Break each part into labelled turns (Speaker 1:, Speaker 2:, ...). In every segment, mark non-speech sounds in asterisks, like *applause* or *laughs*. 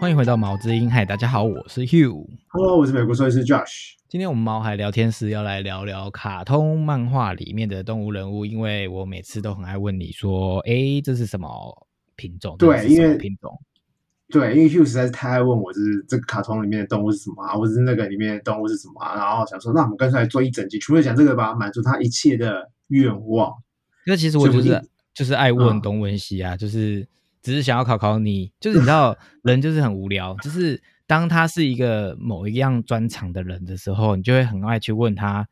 Speaker 1: 欢迎回到毛之音，嗨，大家好，我是 Hugh。
Speaker 2: Hello，我是美国兽医师 Josh。
Speaker 1: 今天我们毛孩聊天室要来聊聊卡通漫画里面的动物人物，因为我每次都很爱问你说，诶，这是什么品种？
Speaker 2: 对
Speaker 1: 这是什么
Speaker 2: 因为
Speaker 1: 品种，
Speaker 2: 对，因为 Hugh 实在是太爱问我，就是这个卡通里面的动物是什么啊，或者是那个里面的动物是什么啊，然后想说，那我们干脆来做一整集，全部讲这个吧，满足他一切的愿望。
Speaker 1: 那其实我
Speaker 2: 所以
Speaker 1: 就
Speaker 2: 我
Speaker 1: 是
Speaker 2: 一
Speaker 1: 就是爱问
Speaker 2: 嗯
Speaker 1: 东问西啊，就是只是想要考考你，就是你知道人就是很无聊，就是当他是一个某一样专长的人的时候，你就会很爱去问他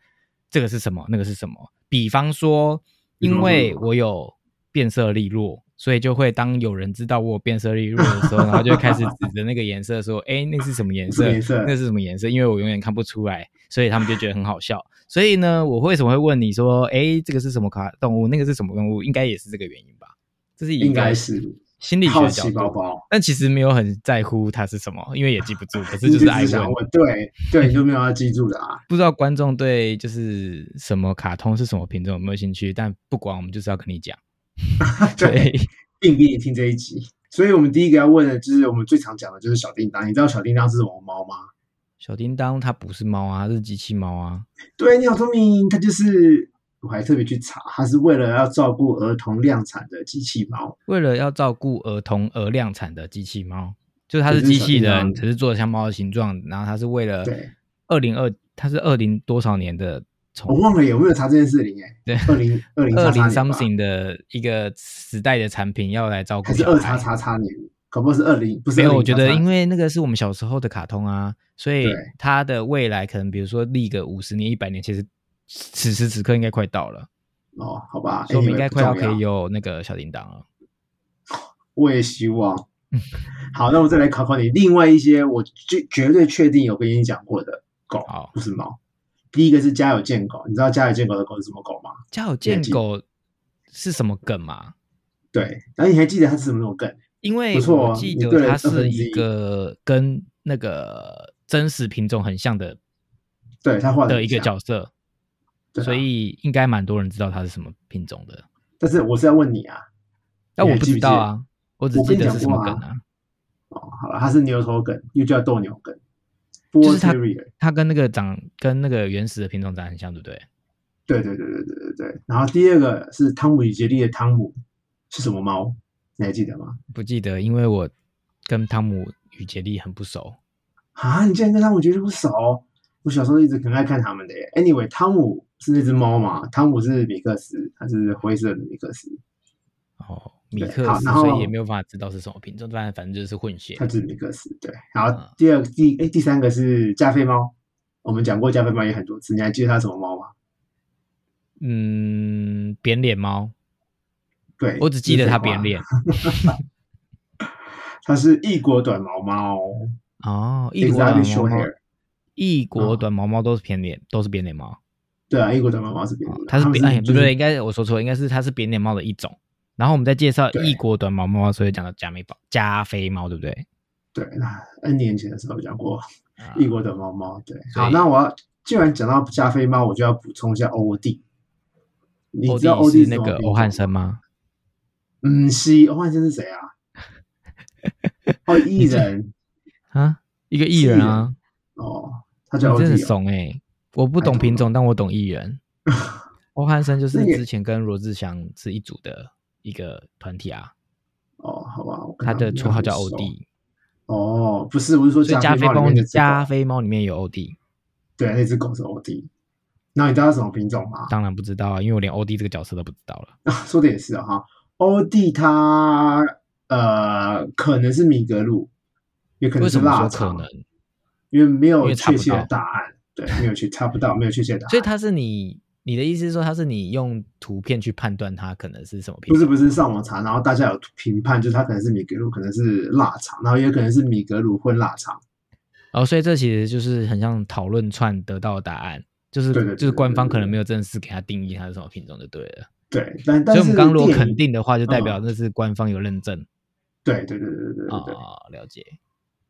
Speaker 1: 这个是什么，那个是什么。比方说，
Speaker 2: 比方
Speaker 1: 因
Speaker 2: 说
Speaker 1: 为
Speaker 2: 什么
Speaker 1: 我有变色力弱，所以就会当有人知道我有变色力弱的时候，然后就会开始指着那个颜色说：“哎、那是什么颜
Speaker 2: *laughs* 什
Speaker 1: 色
Speaker 2: 么？颜色
Speaker 1: 那是什么颜色？”因为我永远看不出来，所以他们就觉得很好笑。所以呢，我为什么会问你说，哎，这个是什么卡动物，那个是什么动物？应该也是这个原因吧？这是一个
Speaker 2: 应该是
Speaker 1: 心理学
Speaker 2: 好
Speaker 1: 角
Speaker 2: 奇
Speaker 1: 度，
Speaker 2: 宝宝，
Speaker 1: 但其实没有很在乎它是什么，因为也记不住。可是
Speaker 2: *laughs* 你
Speaker 1: 就是
Speaker 2: 只
Speaker 1: 爱
Speaker 2: 是想
Speaker 1: 问，
Speaker 2: 问，对
Speaker 1: *laughs*
Speaker 2: 对，你就没有要记住的啊。
Speaker 1: 不知道观众对就是什么卡通是什么品种有没有兴趣？但不管，我们就是要跟你讲。所以
Speaker 2: *laughs* 对，硬逼你听这一集。所以我们第一个要问的就是我们最常讲的就是小叮当，你知道小叮当是什么猫吗？
Speaker 1: 小叮当它不是猫啊，它是机器猫啊。
Speaker 2: 对，你好聪明，它就是。我还特别去查，它是为了要照顾儿童量产的机器猫。
Speaker 1: 为了要照顾儿童而量产的机器猫，就是它
Speaker 2: 就是是
Speaker 1: 机
Speaker 2: 小
Speaker 1: 器
Speaker 2: 叮当
Speaker 1: 人，只是做的像猫的形状，然后它是为了
Speaker 2: 对
Speaker 1: 二零二，它是二零多少年的宠
Speaker 2: 我
Speaker 1: 物，
Speaker 2: 忘了有没有查这件事情哎、
Speaker 1: 对
Speaker 2: 二零二零
Speaker 1: 二零
Speaker 2: 叉叉年吧
Speaker 1: something 的一个时代的产品要来照顾
Speaker 2: 还是
Speaker 1: 小
Speaker 2: 二
Speaker 1: 孩
Speaker 2: 叉叉叉年？搞不好是二零，不是
Speaker 1: 没有，
Speaker 2: 20
Speaker 1: 我觉得
Speaker 2: 叉叉
Speaker 1: 因为那个是我们小时候的卡通啊，所以
Speaker 2: 对
Speaker 1: 它的未来可能比如说立个五十年、一百年，其实此时此刻应该快到了，
Speaker 2: 哦，好吧，
Speaker 1: 所以我们应该
Speaker 2: anyway，不
Speaker 1: 快要
Speaker 2: 重
Speaker 1: 可以有那个小叮当了。
Speaker 2: 我也希望。
Speaker 1: *laughs*
Speaker 2: 好，那我再来考考你，另外一些我绝绝对确定有跟你讲过的狗
Speaker 1: 好，
Speaker 2: 不是猫。第一个是家有贱狗，你知道家有贱狗的狗是什么狗吗？
Speaker 1: 家有贱
Speaker 2: 记
Speaker 1: 狗是什么梗吗？
Speaker 2: 对，然后你还记得它是什么那种梗？
Speaker 1: 因为
Speaker 2: 不错
Speaker 1: 我
Speaker 2: 啊
Speaker 1: 记
Speaker 2: 你
Speaker 1: 得
Speaker 2: 对了
Speaker 1: 它
Speaker 2: 2
Speaker 1: 是
Speaker 2: 分之
Speaker 1: 一
Speaker 2: 一
Speaker 1: 个跟那个真实品种很像的
Speaker 2: 对，它画得
Speaker 1: 的
Speaker 2: 很
Speaker 1: 一个
Speaker 2: 像
Speaker 1: 角色，
Speaker 2: 对啊
Speaker 1: 所以应该蛮多人知道它是什么品种的。
Speaker 2: 但是我是要问你啊，
Speaker 1: 但
Speaker 2: 你
Speaker 1: 我
Speaker 2: 还
Speaker 1: 不
Speaker 2: 记
Speaker 1: 知
Speaker 2: 不
Speaker 1: 道
Speaker 2: 记
Speaker 1: 啊，我只
Speaker 2: 我
Speaker 1: 记
Speaker 2: 跟你
Speaker 1: 得
Speaker 2: 讲
Speaker 1: 是什么
Speaker 2: 过
Speaker 1: 梗
Speaker 2: 啊
Speaker 1: 啊，
Speaker 2: 哦，好了，它是牛头梗，又叫斗牛梗，波
Speaker 1: 就是它
Speaker 2: Terrier。
Speaker 1: 它跟那个长跟那个原始的品种长得很像，对不对？
Speaker 2: 对对对对对对对。然后第二个是汤姆与杰利的汤姆是什么猫？你还记得吗？
Speaker 1: 不记得，因为我跟汤姆与杰利很不熟。
Speaker 2: 啊，你竟然跟汤姆杰利不熟？我小时候一直很爱看他们的耶。Anyway，汤姆是那只猫嘛？汤姆是米克斯，它是灰色的米克斯，
Speaker 1: 哦，米
Speaker 2: 对
Speaker 1: 克
Speaker 2: 好
Speaker 1: 斯，
Speaker 2: 然
Speaker 1: 所以
Speaker 2: 后
Speaker 1: 也没有办法知道是什么品种，反正反正就是混血
Speaker 2: 它。就是米克斯。对，然后
Speaker 1: 嗯
Speaker 2: 第二第哎第三个是加菲猫，我们讲过加菲猫也很多次，你还记得它什么猫吗？
Speaker 1: 嗯，扁脸猫，
Speaker 2: 对，
Speaker 1: 我只记得它
Speaker 2: 它
Speaker 1: 扁，脸。
Speaker 2: 它是异国短毛猫，
Speaker 1: 哦，异国短
Speaker 2: Exotic
Speaker 1: 毛
Speaker 2: short
Speaker 1: 猫
Speaker 2: hair，
Speaker 1: 异国
Speaker 2: 嗯
Speaker 1: 短毛猫都是扁脸，都是扁脸猫。
Speaker 2: 对啊，异国短毛猫是扁
Speaker 1: 哦
Speaker 2: 脸，
Speaker 1: 它是
Speaker 2: 它们
Speaker 1: 扁，哎，不
Speaker 2: 就是
Speaker 1: 对，应该我说错，应该是它是扁脸猫的一种。然后我们在介绍
Speaker 2: 对
Speaker 1: 异国短毛猫的时候，也讲到加菲猫，加菲猫，对不对？
Speaker 2: 对，那 N 年前的时候有讲过
Speaker 1: 啊
Speaker 2: 异国的猫猫。对，
Speaker 1: 所以
Speaker 2: 好，那我要既然讲到加菲猫，我就要补充一下欧弟。你
Speaker 1: 欧
Speaker 2: 知道
Speaker 1: 弟
Speaker 2: 弟
Speaker 1: 是那
Speaker 2: 什么
Speaker 1: 个
Speaker 2: 品
Speaker 1: 欧
Speaker 2: 种
Speaker 1: 汉
Speaker 2: 吗
Speaker 1: 生？吗？
Speaker 2: 嗯，是欧汉生是谁
Speaker 1: *laughs*
Speaker 2: 啊？哦，艺人
Speaker 1: 啊，一个艺
Speaker 2: 是
Speaker 1: 人
Speaker 2: 艺人
Speaker 1: 啊，
Speaker 2: 哦，他
Speaker 1: 你
Speaker 2: 叫欧
Speaker 1: 真的
Speaker 2: 弟哦。
Speaker 1: 怂哎！我不
Speaker 2: I
Speaker 1: 懂
Speaker 2: don't
Speaker 1: 品种，但我懂艺
Speaker 2: *laughs*
Speaker 1: 人。欧汉生就是
Speaker 2: 那个
Speaker 1: 之前跟罗志祥是一组的一个团体啊，
Speaker 2: 哦，好吧，我跟
Speaker 1: 他的
Speaker 2: 没有
Speaker 1: 绰号
Speaker 2: 很
Speaker 1: 叫欧
Speaker 2: 熟。
Speaker 1: 弟，
Speaker 2: 哦，不是，我是说
Speaker 1: 所以加
Speaker 2: 加
Speaker 1: 菲
Speaker 2: 猫
Speaker 1: 猫
Speaker 2: 里面那啊只
Speaker 1: 加
Speaker 2: 狗，
Speaker 1: 菲猫里面有欧弟。
Speaker 2: 对，那只狗是欧弟。那你知道它什么品种吗？
Speaker 1: 当然不知道啊，因为我连欧弟这个角色都不知道了。
Speaker 2: 啊， *laughs* 说的也是啊哈，欧弟它呃可能是米格鲁，也可
Speaker 1: 为
Speaker 2: 能是啊
Speaker 1: 什么
Speaker 2: 腊
Speaker 1: 说
Speaker 2: 肠，
Speaker 1: 可能？
Speaker 2: 因为没
Speaker 1: 因为
Speaker 2: 有
Speaker 1: 查
Speaker 2: 确
Speaker 1: 不
Speaker 2: 切
Speaker 1: 到
Speaker 2: 的答案，对，没有确查不到，没有确切的答案。
Speaker 1: 所以它是你你的意思是说它是你用图片去判断它可能是什么品种？
Speaker 2: 不是不是上网查，然后大家有评判，就是它可能是米格鲁，可能是腊肠，然后也可能是米格鲁混腊肠，
Speaker 1: 哦，所以这其实就是很像讨论串得到的答案，就是
Speaker 2: 对对对
Speaker 1: 就是官方
Speaker 2: 对对对
Speaker 1: 可能没有正式给它定义它是什么品种就对了。
Speaker 2: 对，但
Speaker 1: 所
Speaker 2: 但
Speaker 1: 以
Speaker 2: 是
Speaker 1: 我们刚刚如果
Speaker 2: 电
Speaker 1: 肯
Speaker 2: 影，
Speaker 1: 定的话，就代
Speaker 2: 嗯
Speaker 1: 表那是官方有认证
Speaker 2: 对对对对对对
Speaker 1: 啊、
Speaker 2: 对对
Speaker 1: 哦了解。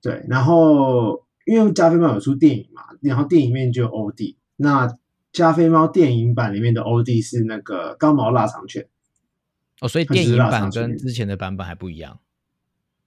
Speaker 2: 对，然后因为加菲猫有出电影嘛，然后电影里面就有欧弟，那加菲猫电影版里面的欧弟是那个刚毛腊肠犬。
Speaker 1: 哦，所以
Speaker 2: 它只
Speaker 1: 电
Speaker 2: 是
Speaker 1: 影
Speaker 2: 腊
Speaker 1: 版
Speaker 2: 肠
Speaker 1: 跟
Speaker 2: 犬
Speaker 1: 之前的版本还不一样。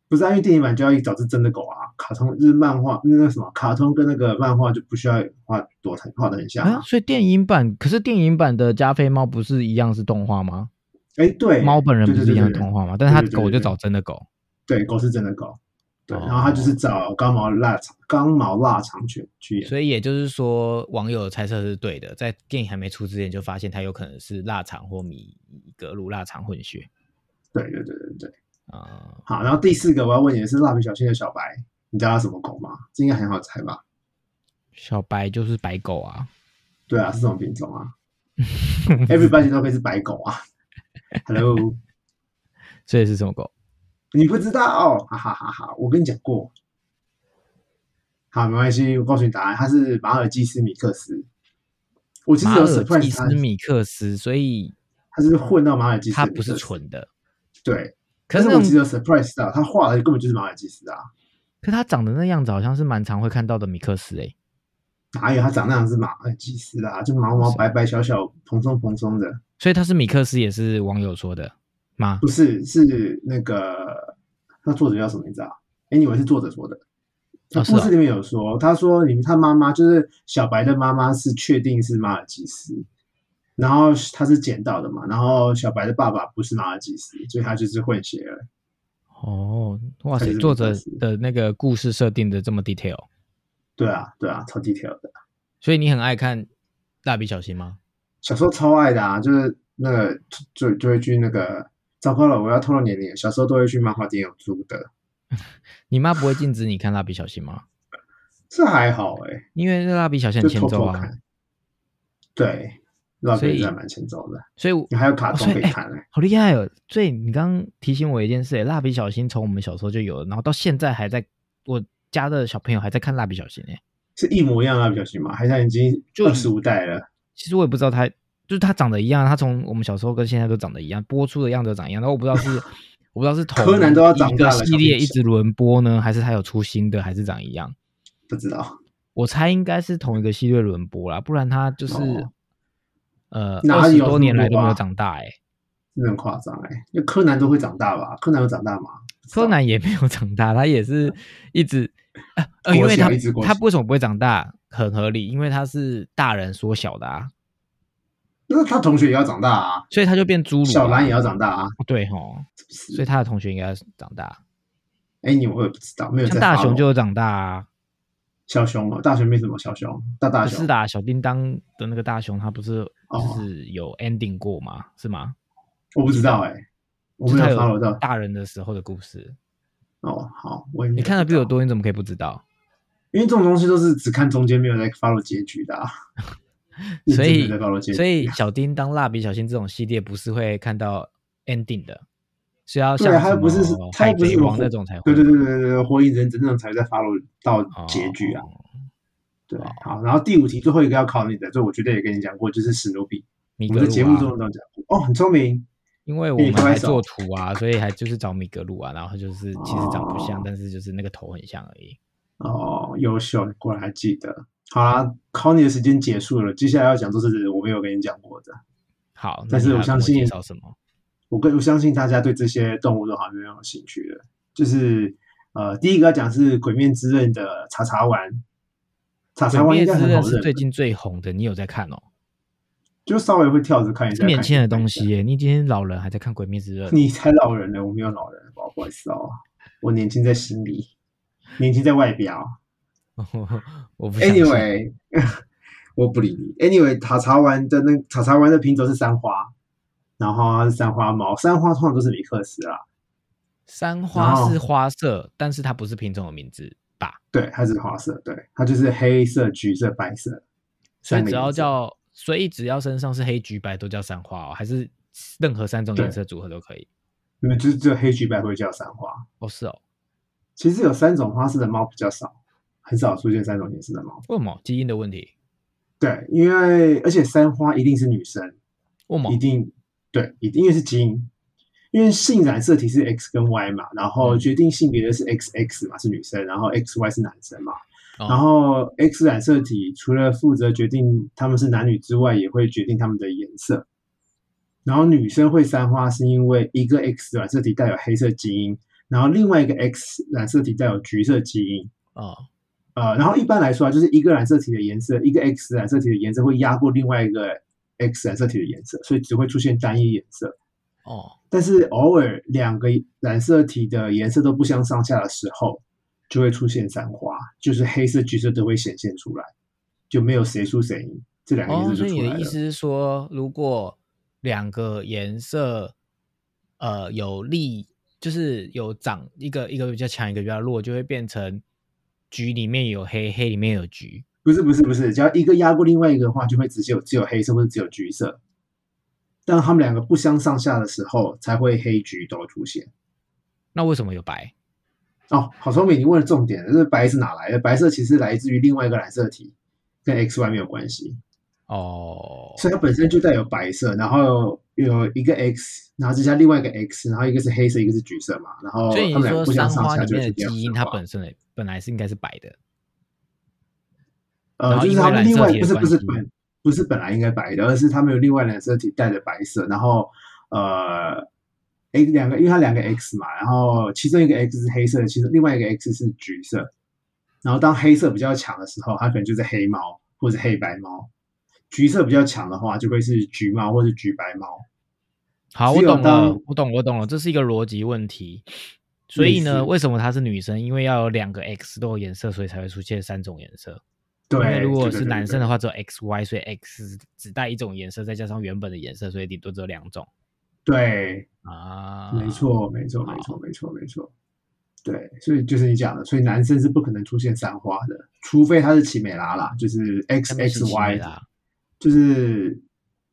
Speaker 2: 不是啊，因为电影版就要找是真的狗啊，卡通就是漫画那个什么卡通跟那个漫画就不需要画多才画的很像
Speaker 1: 啊，
Speaker 2: 啊。
Speaker 1: 所以电影版可是电影版的加菲猫不是一样是动画吗？
Speaker 2: 哎、对，
Speaker 1: 猫本人
Speaker 2: 对
Speaker 1: 不
Speaker 2: 对
Speaker 1: 是一
Speaker 2: 对
Speaker 1: 样
Speaker 2: 对
Speaker 1: 的动
Speaker 2: 对
Speaker 1: 画吗？但是
Speaker 2: 对对
Speaker 1: 它
Speaker 2: 对
Speaker 1: 狗就
Speaker 2: 对
Speaker 1: 找真的狗，
Speaker 2: 对，狗是真的狗。对，
Speaker 1: 哦
Speaker 2: 然后他就是找刚毛腊肠刚毛腊肠犬去演。
Speaker 1: 所以也就是说，网友的猜测是对的，在电影还没出之前就发现它有可能是腊肠或米格鲁腊肠混血
Speaker 2: 对对对对对。
Speaker 1: 啊、
Speaker 2: 好，然后第四个我要问你的是蜡笔小新的小白，你知道他什么狗吗？这应该很好猜吧？
Speaker 1: 小白就是白狗啊，
Speaker 2: 对啊，是什么品种
Speaker 1: *laughs*
Speaker 2: 啊？Everybody 都会是白狗啊。Hello， *laughs*
Speaker 1: 所以是什么狗？
Speaker 2: 你不知道、哦哈哈哈哈！我跟你讲过。好，没关系，我告诉你答案，它是马尔济斯米克斯。我其实
Speaker 1: 马
Speaker 2: 有
Speaker 1: 尔济
Speaker 2: surprise
Speaker 1: 斯
Speaker 2: 他，
Speaker 1: 米克斯，所以
Speaker 2: 他是混到马尔济斯，
Speaker 1: 它不是。纯的。
Speaker 2: 对，
Speaker 1: 可
Speaker 2: 但
Speaker 1: 是
Speaker 2: 是我
Speaker 1: 那
Speaker 2: 其实
Speaker 1: 种，
Speaker 2: 有 surprise 到，他画的根本就是马尔济斯啊。
Speaker 1: 可是它长得那样子，好像是蛮常会看到的米克斯诶、欸
Speaker 2: 哪有他长那样是马尔济斯啦，就毛毛白白小小蓬松蓬松的，
Speaker 1: 所以它是米克斯，也是网友说的吗？
Speaker 2: 不是是那个那作者叫什么名字啊？哎，你以为是作者说的？
Speaker 1: 哦是
Speaker 2: 故
Speaker 1: 哦
Speaker 2: 事里面有说，他说你他妈妈就是小白的妈妈是确定是马尔济斯，然后他是捡到的嘛，然后小白的爸爸不是马尔济斯，所以他就是混血儿。
Speaker 1: 哦，哇
Speaker 2: 它
Speaker 1: 塞
Speaker 2: 就，是
Speaker 1: 作
Speaker 2: 米克
Speaker 1: 者
Speaker 2: 斯
Speaker 1: 的那个故事设定的这么 detail，
Speaker 2: 对啊，对啊，超 detail 的。
Speaker 1: 所以你很爱看蜡笔小新吗？
Speaker 2: 小时候超爱的啊，就是那个就就会去那个，糟糕了，我要透露年龄了，小时候都会去漫画店有租的，
Speaker 1: 你妈不会禁止你看蜡笔小新吗？
Speaker 2: 这还好哎、
Speaker 1: 因为那蜡笔小新
Speaker 2: 就
Speaker 1: 很欠
Speaker 2: 偷
Speaker 1: 揍
Speaker 2: 偷
Speaker 1: 啊，
Speaker 2: 看。对，老
Speaker 1: 所
Speaker 2: 北
Speaker 1: 以
Speaker 2: 真的蛮前奏的，
Speaker 1: 所以我
Speaker 2: 你还有卡
Speaker 1: 哦
Speaker 2: 通
Speaker 1: 所以
Speaker 2: 可以
Speaker 1: 哎
Speaker 2: 看哎、
Speaker 1: 好厉害哦！所以你刚刚提醒我一件事，欸蜡笔小新从我们小时候就有了，然后到现在还在我家的小朋友还在看蜡笔小新哎、
Speaker 2: 是一模一样的蜡啊笔小新吗？还像已经
Speaker 1: 就
Speaker 2: 二十五代了，
Speaker 1: 其实我也不知道他，就是他长得一样，他从我们小时候跟现在都长得一样，播出的样子都长一样。然后我不知
Speaker 2: *laughs*
Speaker 1: 道是，我不知道是同
Speaker 2: 柯南都要长
Speaker 1: 一
Speaker 2: 大
Speaker 1: 个
Speaker 2: 了
Speaker 1: 系
Speaker 2: 小
Speaker 1: 列
Speaker 2: 屁
Speaker 1: 一直轮播呢，还是他有出新的，还是长一样？
Speaker 2: 不知道
Speaker 1: 我猜应该是同一个系列轮播啦，不然他就是、
Speaker 2: 哦
Speaker 1: 呃
Speaker 2: 哪
Speaker 1: 二十
Speaker 2: 有
Speaker 1: 多
Speaker 2: 这么
Speaker 1: 年来
Speaker 2: 多
Speaker 1: 都没有
Speaker 2: 啊
Speaker 1: 长大哎、欸
Speaker 2: 真的很夸张哎。那柯南都会长大吧？柯南有长大吗？啊
Speaker 1: 柯南也没有长大，他也是一直，呃，呃因
Speaker 2: 嗯国
Speaker 1: 为
Speaker 2: 小
Speaker 1: 他
Speaker 2: 一直国
Speaker 1: 他
Speaker 2: 小
Speaker 1: 为什么不会长大，很合理，因为他是大人缩小的啊，
Speaker 2: 那他同学也要长大啊，
Speaker 1: 所以他就变侏儒、啊。
Speaker 2: 小兰也要长大啊，
Speaker 1: 对吼，
Speaker 2: 是不
Speaker 1: 所以
Speaker 2: 是？
Speaker 1: 他的同学应该是长大，
Speaker 2: 哎，你我也不知道，没有
Speaker 1: 像
Speaker 2: 在
Speaker 1: 大
Speaker 2: follow
Speaker 1: 雄就有长大啊，
Speaker 2: 小熊哦，大熊变什么小熊？大大
Speaker 1: 不
Speaker 2: 熊
Speaker 1: 是啦，小叮当的那个大雄他不是
Speaker 2: 哦
Speaker 1: 就是有 ending 过吗？是吗？
Speaker 2: 我不知道哎、我
Speaker 1: 就是
Speaker 2: 没
Speaker 1: 他
Speaker 2: 有 follow
Speaker 1: 有
Speaker 2: 到。
Speaker 1: 大人的时候的故事，
Speaker 2: 哦，好，我也没
Speaker 1: 你
Speaker 2: 有
Speaker 1: 看的比
Speaker 2: 知道
Speaker 1: 我，多，你怎么可以不知道？
Speaker 2: 因为这种东西都是只看中间，没有在 follow 结局
Speaker 1: *laughs*
Speaker 2: 的、啊。你
Speaker 1: 所
Speaker 2: 真的
Speaker 1: 以
Speaker 2: 在 follow 结局，
Speaker 1: 所以小叮当、蜡笔小新这种系列不是会看到 ending 的，是要
Speaker 2: 对，
Speaker 1: 像
Speaker 2: 还
Speaker 1: 什
Speaker 2: 有不是
Speaker 1: 么
Speaker 2: 他
Speaker 1: 海
Speaker 2: 又不是
Speaker 1: 贼
Speaker 2: 什么
Speaker 1: 王
Speaker 2: 火
Speaker 1: 那种才会
Speaker 2: 对
Speaker 1: 吧，
Speaker 2: 对对对对对，火影忍者那种才会在 follow 到
Speaker 1: 哦
Speaker 2: 结局啊。对
Speaker 1: 哦，
Speaker 2: 好，然后第五题最后一个要考你的，这我绝对也跟你讲过，就是史努比。
Speaker 1: 米
Speaker 2: 我
Speaker 1: 格
Speaker 2: 们
Speaker 1: 鲁
Speaker 2: 在节目
Speaker 1: 啊
Speaker 2: 中都讲过，哦，很聪明，
Speaker 1: 因为我
Speaker 2: 给你
Speaker 1: 们
Speaker 2: 拍
Speaker 1: 还
Speaker 2: 手
Speaker 1: 做图啊，所以还就是找米格鲁啊，然后就是其实长不像，
Speaker 2: 哦
Speaker 1: 但是就是那个头很像而已。
Speaker 2: 哦，优秀，你果然还记得。好啦，考你的时间结束了，接下来要讲就是我没有跟你讲过的。
Speaker 1: 好，那
Speaker 2: 但
Speaker 1: 你
Speaker 2: 是
Speaker 1: 还
Speaker 2: 我
Speaker 1: 要跟
Speaker 2: 相
Speaker 1: 介
Speaker 2: 信
Speaker 1: 绍什么？
Speaker 2: 我跟我相信大家对这些动物都还没有兴趣的，就是呃，第一个要讲是《鬼面之刃》的茶茶丸，茶
Speaker 1: 鬼
Speaker 2: 茶丸
Speaker 1: 灭
Speaker 2: 应该
Speaker 1: 之
Speaker 2: 很
Speaker 1: 刃
Speaker 2: 好
Speaker 1: 是
Speaker 2: 认，
Speaker 1: 最近最红的，你有在看哦？
Speaker 2: 就稍微会跳着看一
Speaker 1: 是
Speaker 2: 下。
Speaker 1: 年轻人的
Speaker 2: 看一
Speaker 1: 东
Speaker 2: 下
Speaker 1: 西。耶，你今天老人还在看《鬼灭之刃》？
Speaker 2: 你才老人呢，我没有老人，不好不好意思哦，我年轻在心里，年轻在外表。
Speaker 1: *laughs* 我不相信。
Speaker 2: Anyway，我不理你。Anyway，塔查丸的那塔查丸的品种是三花，然后它是三花猫，三花通常都是米克斯啊啦，
Speaker 1: 三花
Speaker 2: 后
Speaker 1: 是花色，但是它不是品种的名字吧？
Speaker 2: 对，它是花色，对，它就是黑色、橘色、白色。
Speaker 1: 所以
Speaker 2: 三个
Speaker 1: 只要
Speaker 2: 颜色
Speaker 1: 叫，所以只要身上是黑、橘、白都叫三花哦，还是任何三种颜
Speaker 2: 对
Speaker 1: 色组合都可以？
Speaker 2: 你们就是只有黑橘白会叫三花。
Speaker 1: 哦，是哦，
Speaker 2: 其实有三种花式的猫比较少，很少出现三种颜色的猫。
Speaker 1: 为什么基因的问题？
Speaker 2: 对，因为而且三花一定是女生，
Speaker 1: 为什么哦
Speaker 2: 一？定对，一定因为是基因，因为性染色体是 X 跟 Y 嘛，然后
Speaker 1: 嗯
Speaker 2: 决定性别的是 XX 嘛，是女生，然后 XY 是男生嘛，
Speaker 1: 哦
Speaker 2: 然后 X 染色体除了负责决定他们是男女之外，也会决定他们的颜色。然后女生会三花，是因为一个 X 染色体带有黑色基因，然后另外一个 X 染色体带有橘色基因，
Speaker 1: 哦，
Speaker 2: 呃，然后一般来说啊，就是一个染色体的颜色，一个 X 染色体的颜色会压过另外一个 X 染色体的颜色，所以只会出现单一颜色。
Speaker 1: 哦，
Speaker 2: 但是偶尔两个染色体的颜色都不相上下的时候，就会出现三花，就是黑色、橘色都会显现出来，就没有谁输谁赢，这两个颜
Speaker 1: 哦，
Speaker 2: 色
Speaker 1: 所
Speaker 2: 就
Speaker 1: 以
Speaker 2: 出
Speaker 1: 你的
Speaker 2: 来了。
Speaker 1: 意思是说，如果两个颜色，呃，有利，就是有长一个一个比较强，一个比较弱，就会变成橘里面有黑，黑里面有橘。
Speaker 2: 不是不是不是，只要一个压过另外一个的话，就会只有只有黑色或者只有橘色。当它们两个不相上下的时候，才会黑橘都出现。
Speaker 1: 那为什么有白？
Speaker 2: 哦，好聪明，你问了重点，这白是哪来的？白色其实来自于另外一个染色体，跟 X Y 没有关系，
Speaker 1: 哦，
Speaker 2: 所以它本身就带有白色，然后有一个 X，然后再加另外一个 X，然后一个是黑色，一个是橘色嘛，然后
Speaker 1: 所以
Speaker 2: 它
Speaker 1: 你
Speaker 2: 们两
Speaker 1: 说
Speaker 2: 个不相
Speaker 1: 三
Speaker 2: 上
Speaker 1: 花
Speaker 2: 下
Speaker 1: 里
Speaker 2: 就
Speaker 1: 面
Speaker 2: 是
Speaker 1: 的
Speaker 2: 这样
Speaker 1: 基
Speaker 2: 子
Speaker 1: 因，它
Speaker 2: 的话
Speaker 1: 本身也本来是应该是白的。然
Speaker 2: 呃，
Speaker 1: 后
Speaker 2: 就是
Speaker 1: 因为
Speaker 2: 他们
Speaker 1: 染
Speaker 2: 另
Speaker 1: 色
Speaker 2: 外
Speaker 1: 体的
Speaker 2: 不是不
Speaker 1: 关
Speaker 2: 是
Speaker 1: 系
Speaker 2: 本不是本来应该白的，而是他们有另外染色体带着白色，然后呃，X 两个，因为它两个 X 嘛，然后其中一个 X 是黑色的，其中另外一个 X 是橘色，然后当黑色比较强的时候，它可能就是黑猫或者黑白猫，橘色比较强的话就会是橘猫或者橘白猫。
Speaker 1: 好，
Speaker 2: 只
Speaker 1: 我
Speaker 2: 有
Speaker 1: 懂了
Speaker 2: 当，
Speaker 1: 我懂了，我懂了，这是一个逻辑问题。所以
Speaker 2: 类似
Speaker 1: 呢，为什么它是女生？因为要有两个 X 都有颜色，所以才会出现三种颜色。
Speaker 2: 对，
Speaker 1: 因为如果
Speaker 2: 对对
Speaker 1: 是
Speaker 2: 对
Speaker 1: 男
Speaker 2: 对
Speaker 1: 生的话，只有 X、Y，所以 X 只带一种颜色，再加上原本的颜色，所以顶多只有两种
Speaker 2: 对，
Speaker 1: 啊。
Speaker 2: 没，错，没错，没错，没错，没错。对，所以就是你讲的，所以男生是不可能出现三花的，除非他是奇美拉啦，就是 X
Speaker 1: 他们是
Speaker 2: X
Speaker 1: 奇
Speaker 2: Y，
Speaker 1: 美拉
Speaker 2: 就是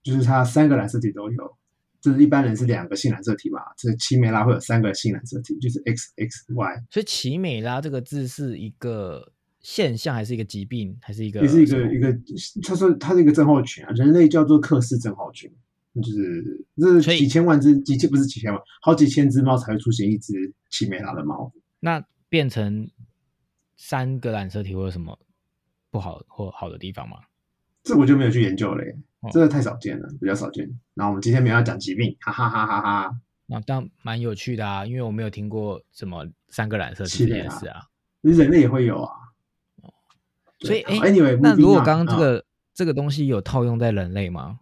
Speaker 2: 就是他三个染色体都有，就是一般人是两个性染色体嘛，这奇美拉会有三个性染色体，就是 X X Y，
Speaker 1: 所以奇美拉这个字是一个现象，还是一个疾病，还是一个
Speaker 2: 也是一
Speaker 1: 什么
Speaker 2: 个一个，他说它是一个症候群啊，人类叫做克氏症候群，就是这
Speaker 1: 所
Speaker 2: 是
Speaker 1: 以
Speaker 2: 几千万只，几千不是几千万，好几千只猫才会出现一只奇美拉的猫。
Speaker 1: 那变成三个染色体会有什么不好或好的地方吗？
Speaker 2: 这我就没有去研究了耶
Speaker 1: 哦，
Speaker 2: 真的太少见了，比较少见。然后我们今天没有要讲疾病，哈哈哈哈哈。
Speaker 1: 那但蛮有趣的啊，因为我没有听过什么三个染色体
Speaker 2: 奇
Speaker 1: 这
Speaker 2: 美
Speaker 1: 件
Speaker 2: 拉
Speaker 1: 事啊。
Speaker 2: 人类也会有啊。
Speaker 1: 哦所以，
Speaker 2: 对
Speaker 1: 哎、
Speaker 2: 好，anyway，
Speaker 1: 那
Speaker 2: moving
Speaker 1: 如果
Speaker 2: on，
Speaker 1: 刚刚这
Speaker 2: 啊
Speaker 1: 个、这个东西有套用在人类吗？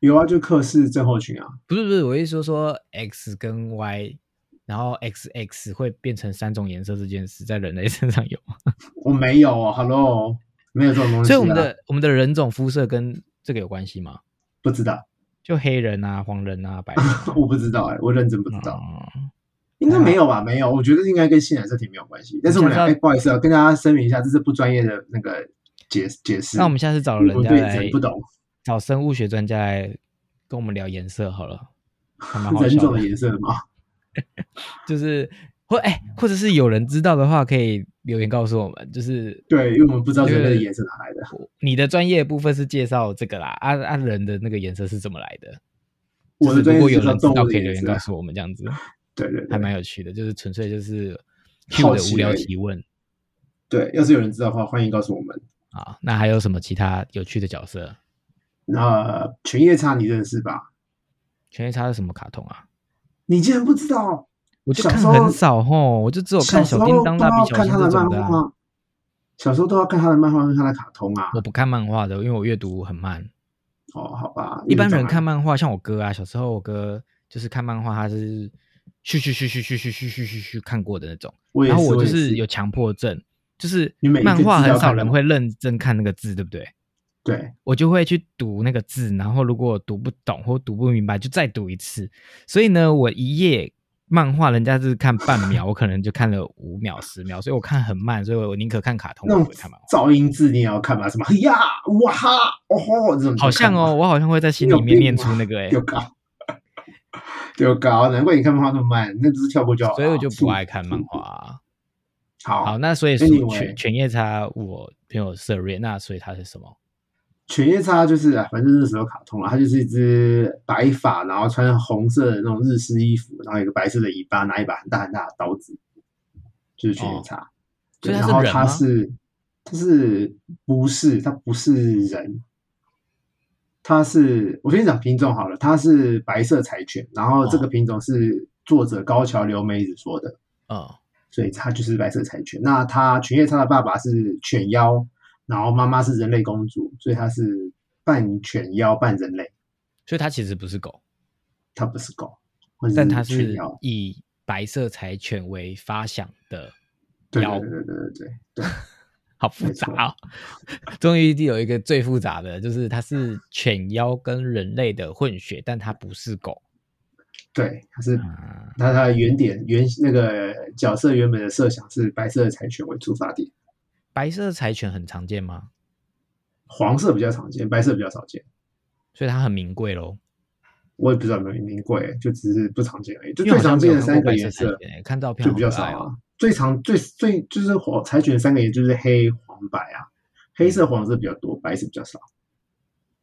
Speaker 2: 有啊，就克氏症候群啊，
Speaker 1: 不是不是，我意思说说 X 跟 Y，然后 XX 会变成三种颜色这件事，在人类 *laughs* 身上有吗？
Speaker 2: 我没有哦，hello，没有这种东西、
Speaker 1: 所
Speaker 2: 啊。
Speaker 1: 以我们的我们的人种肤色跟这个有关系吗？
Speaker 2: 不知道，，
Speaker 1: 就黑人啊、黄人啊、白人、啊
Speaker 2: *laughs* 我不知道哎、我认真不知道，
Speaker 1: 嗯
Speaker 2: 应该没有吧？没有，我觉得应该跟性染色体没有关系。但是我们俩，
Speaker 1: 你
Speaker 2: 哎、
Speaker 1: 想知道
Speaker 2: 不好意思啊，跟大家声明一下，这是不专业的那个解解释。
Speaker 1: 那我们下次找
Speaker 2: 因为
Speaker 1: 人
Speaker 2: 我
Speaker 1: 家
Speaker 2: 对
Speaker 1: 来
Speaker 2: 人不懂，
Speaker 1: 找生物学专家来跟我们聊颜色好了，还蛮好
Speaker 2: 人
Speaker 1: 笑
Speaker 2: 种
Speaker 1: 的
Speaker 2: 的。颜色嘛。
Speaker 1: 就是或哎、或者是有人知道的话，可以留言告诉我们。就是
Speaker 2: 对，因为我们不知道人类的
Speaker 1: 对
Speaker 2: 颜色哪来的。
Speaker 1: 你的专业部分是介绍这个啦，啊啊人的那个颜色是怎么来的？
Speaker 2: 我的
Speaker 1: 就是
Speaker 2: 专
Speaker 1: 如
Speaker 2: 业
Speaker 1: 果有
Speaker 2: 是知道
Speaker 1: 人知
Speaker 2: 动
Speaker 1: 道，
Speaker 2: 物的
Speaker 1: 可以留
Speaker 2: 颜
Speaker 1: 言
Speaker 2: 色
Speaker 1: 告
Speaker 2: 啊。
Speaker 1: 诉我们，这样子
Speaker 2: 对对对
Speaker 1: 还。蛮有趣的，就是纯粹就是
Speaker 2: 好
Speaker 1: Q 的
Speaker 2: 奇哎
Speaker 1: 无聊
Speaker 2: 而已
Speaker 1: 提问
Speaker 2: 对，要是有人知道的话，欢迎告诉我们。
Speaker 1: 啊。那还有什么其他有趣的角色？
Speaker 2: 那犬夜叉你认识吧？
Speaker 1: 犬夜叉是什么卡通啊？
Speaker 2: 你竟然不知道？
Speaker 1: 我就
Speaker 2: 小
Speaker 1: 看
Speaker 2: 时候
Speaker 1: 很少吼，我就只有看小
Speaker 2: 小时候
Speaker 1: 叮当、
Speaker 2: 都
Speaker 1: 蜡
Speaker 2: 要
Speaker 1: 笔小
Speaker 2: 看
Speaker 1: 新
Speaker 2: 他
Speaker 1: 这
Speaker 2: 的
Speaker 1: 种
Speaker 2: 漫
Speaker 1: 的啊、
Speaker 2: 画，小时候都要看他的漫画跟他的卡通啊。
Speaker 1: 我不看漫画的，因为我阅读很慢。
Speaker 2: 哦，好吧，
Speaker 1: 一般人
Speaker 2: 阅读障碍
Speaker 1: 看漫画，像我哥啊，小时候我哥就是看漫画，他是咻咻咻咻咻咻咻咻咻咻看过的那种。
Speaker 2: 我也
Speaker 1: 然
Speaker 2: 是，
Speaker 1: 后我就
Speaker 2: 也
Speaker 1: 是有强迫症，就是
Speaker 2: 你每一个
Speaker 1: 漫
Speaker 2: 字
Speaker 1: 画
Speaker 2: 都要
Speaker 1: 很少
Speaker 2: 看
Speaker 1: 人
Speaker 2: 吗
Speaker 1: 会认真看那个字，对不对？
Speaker 2: 对，
Speaker 1: 我就会去读那个字，然后如果我读不懂或读不明白，就再读一次。所以呢，我一页漫画人家是看半秒，我可能就看了五秒、十秒，所以我看很慢，所以我宁可看卡通，
Speaker 2: 那
Speaker 1: 我也不
Speaker 2: 种
Speaker 1: 会看漫画。
Speaker 2: 噪音字你也要看吧？什么呀、哇哈、哦吼这种
Speaker 1: 好像哦，，我好像会在心
Speaker 2: 你有
Speaker 1: 里面
Speaker 2: 病
Speaker 1: 念
Speaker 2: 吗
Speaker 1: 出那个哎、
Speaker 2: 有 *laughs* 搞，有搞，难怪你看漫画那么慢，那只是跳过就好了。
Speaker 1: 所以我就不爱
Speaker 2: 是
Speaker 1: 看漫画、啊。
Speaker 2: 好，
Speaker 1: 好，那所以
Speaker 2: 所以你
Speaker 1: 属
Speaker 2: 为
Speaker 1: 犬犬夜叉，我朋友涉猎，那所以它是什么？
Speaker 2: 犬夜叉就是啊，反正那时候卡通了，它就是一只白发，然后穿红色的那种日式衣服，然后有个白色的尾巴，拿一把很大很大的刀子，就是犬夜叉。
Speaker 1: 哦所以
Speaker 2: 对，
Speaker 1: 它
Speaker 2: 然
Speaker 1: 是
Speaker 2: 后
Speaker 1: 人
Speaker 2: 它
Speaker 1: 吗
Speaker 2: 是它是不是它不是人？它是我先讲品种好了，它是白色柴犬，然后这个
Speaker 1: 哦
Speaker 2: 品种是作者高桥留美子说的，
Speaker 1: 嗯，
Speaker 2: 所以它就是白色柴犬。那它犬夜叉的爸爸是犬妖，然后妈妈是人类公主，所以它是半犬妖半人类，
Speaker 1: 所以它其实不是狗，
Speaker 2: 它不是狗，或者
Speaker 1: 但它
Speaker 2: 犬
Speaker 1: 是
Speaker 2: 妖。
Speaker 1: 以白色柴犬为发想的
Speaker 2: 对
Speaker 1: 妖
Speaker 2: 对对对对对对，
Speaker 1: 好复杂哦！终于有一个最复杂的，就是它是犬妖跟人类的混血，但它不是狗
Speaker 2: 对，它是
Speaker 1: 啊。
Speaker 2: 它它的原点原那个角色原本的设想是白色的柴犬为出发点，
Speaker 1: 白色柴犬很常见吗？
Speaker 2: 黄色比较常见，白色比较少见。
Speaker 1: 所以它很名贵咯。
Speaker 2: 我也不知道有没有名贵，就只是不常见而已。就
Speaker 1: 因为
Speaker 2: 最
Speaker 1: 好像
Speaker 2: 常
Speaker 1: 没
Speaker 2: 见
Speaker 1: 有
Speaker 2: 的
Speaker 1: 看过
Speaker 2: 三个
Speaker 1: 白
Speaker 2: 颜
Speaker 1: 色
Speaker 2: 色
Speaker 1: 柴犬，看照片
Speaker 2: 就
Speaker 1: 好
Speaker 2: 比较
Speaker 1: 可
Speaker 2: 少
Speaker 1: 爱哦
Speaker 2: 啊。最常最最就是黄柴犬三个颜就是黑黄白啊，黑色黄色比较多，白色比较少。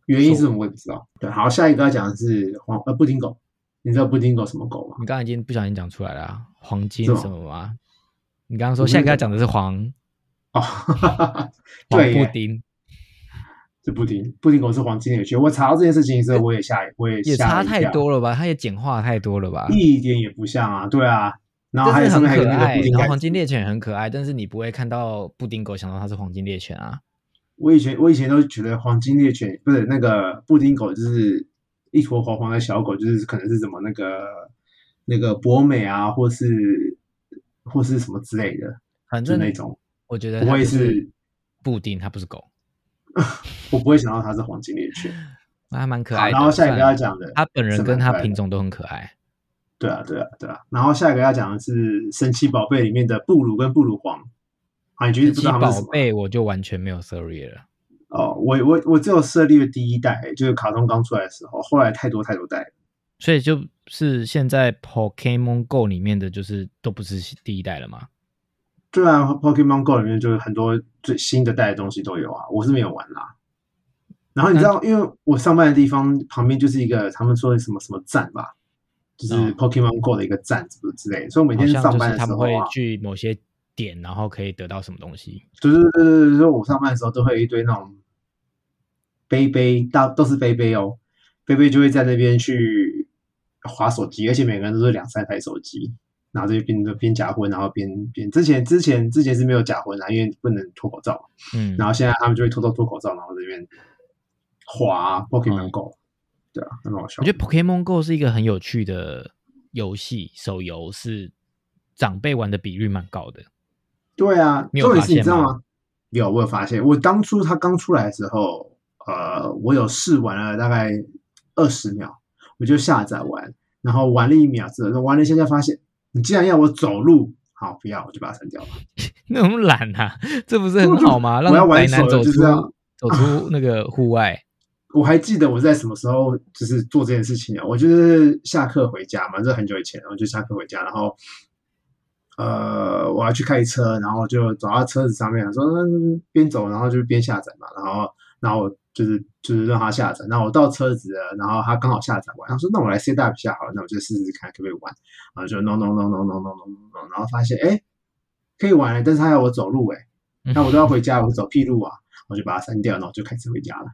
Speaker 2: 原因是什么我也不知道。对，好，下一个要讲的是黄呃布丁狗，你知道布丁狗什么狗吗？
Speaker 1: 你刚刚已经不小心讲出来了、啊，黄金
Speaker 2: 是吗
Speaker 1: 什么吗？你刚刚说
Speaker 2: 我不是
Speaker 1: 下一个要讲的是黄
Speaker 2: 哦， *laughs* 哈哈哈，
Speaker 1: 黄
Speaker 2: 对耶
Speaker 1: 布丁，
Speaker 2: 是布丁布丁狗是黄金猎犬。我查到这件事情的时候，我也吓我也
Speaker 1: 哎也
Speaker 2: 吓
Speaker 1: 差
Speaker 2: 了一
Speaker 1: 太
Speaker 2: 跳，
Speaker 1: 多了吧？它也简化太多了吧？
Speaker 2: 一点也不像啊。对啊，然后还
Speaker 1: 但
Speaker 2: 有
Speaker 1: 是
Speaker 2: 上
Speaker 1: 很可
Speaker 2: 面还有那个
Speaker 1: 爱，
Speaker 2: 布丁
Speaker 1: 然后
Speaker 2: 感
Speaker 1: 黄金猎犬很可爱，但是你不会看到布丁狗想到它是黄金猎犬啊。
Speaker 2: 我以前我以前都觉得黄金猎犬不是那个布丁狗，就是一坨黄黄的小狗，就是可能是什么那个那个博美啊，或是或是什么之类的，
Speaker 1: 反
Speaker 2: 就
Speaker 1: 正
Speaker 2: 那种。
Speaker 1: 我觉得
Speaker 2: 不
Speaker 1: 它
Speaker 2: 会
Speaker 1: 是
Speaker 2: 是
Speaker 1: 布丁，它不是狗，
Speaker 2: 我不会想到它是黄金猎犬。
Speaker 1: 它还蛮可
Speaker 2: 好，
Speaker 1: 爱的。
Speaker 2: 然后下一个要
Speaker 1: 算啊
Speaker 2: 讲的，
Speaker 1: 它本人跟它
Speaker 2: 是蛮可爱的
Speaker 1: 品种都很可爱。
Speaker 2: 对啊对啊对啊，然后下一个要讲的是神奇宝贝里面的布鲁跟布鲁黄啊，你觉得
Speaker 1: 神奇
Speaker 2: 不知道它们是
Speaker 1: 宝
Speaker 2: 什么？
Speaker 1: 贝我就完全没有 sorry 了。
Speaker 2: 哦，我我我只有涉猎第一代，就是卡通刚出来的时候，后来太多太多代了。
Speaker 1: 所以就是现在 Pokemon Go 里面的就是都不是第一代了嘛？
Speaker 2: 对啊，Pokemon Go 里面就是很多最新的代的东西都有啊，我是没有玩啦。然后你知道，因为我上班的地方旁边就是一个他们说的什么什么站吧，就是
Speaker 1: 嗯
Speaker 2: Pokemon Go 的一个站什么之类的，所以我每
Speaker 1: 好
Speaker 2: 天
Speaker 1: 像
Speaker 2: 上
Speaker 1: 就
Speaker 2: 班
Speaker 1: 是
Speaker 2: 的
Speaker 1: 他
Speaker 2: 时
Speaker 1: 们
Speaker 2: 候
Speaker 1: 会
Speaker 2: 啊，
Speaker 1: 去某些点，然后可以得到什么东西。
Speaker 2: 对对对对对，就是我上班的时候都会有一堆那种杯杯，大都是杯杯哦，杯杯就会在那边去划手机，而且每个人都是两三台手机，然后就边边夹婚，然后边边之前之前之前是没有夹婚啊，因为不能脱口罩嘛。
Speaker 1: 嗯，
Speaker 2: 然后现在他们就会偷偷脱口罩，然后这边滑 Pokemon
Speaker 1: 嗯
Speaker 2: Go，、对啊，很好笑。
Speaker 1: 我觉得 Pokemon Go 是一个很有趣的游戏，手游是长辈玩的比率蛮高的。 *laughs*
Speaker 2: 对啊，
Speaker 1: 你有
Speaker 2: 重点
Speaker 1: 发
Speaker 2: 是你
Speaker 1: 现
Speaker 2: 知道
Speaker 1: 吗
Speaker 2: 吗？有，我有发现，我当初它刚出来的时候，呃，我有试玩了大概二十秒，我就下载玩，然后玩了一秒之后，玩了一下下发现，你竟然要我走路，好，不要，我就把它删掉了。
Speaker 1: 那种懒啊，这不是很好
Speaker 2: *laughs*
Speaker 1: 吗？让
Speaker 2: 我要
Speaker 1: 宅
Speaker 2: 玩手
Speaker 1: 男
Speaker 2: 游
Speaker 1: 走
Speaker 2: 就
Speaker 1: 出
Speaker 2: 是要
Speaker 1: 走出那个户外。
Speaker 2: 我还记得我在什么时候就是做这件事情啊？我就是下课回家嘛，这很久以前了，我就下课回家，然后呃，我要去开车，然后就走到车子上面，说嗯边走，然后就边下载嘛，然后然后我就是就是让他下载，然后我到车子了，然后他刚好下载完，他说那我来 set up 一下好了，那我就试试看可不可以玩，然后就 no no no no no no no no，no，然后发现哎可以玩了，但是他要我走路哎、 *laughs* 那我都要回家，我走屁路啊，我就把它删掉，然后我就开车回家了。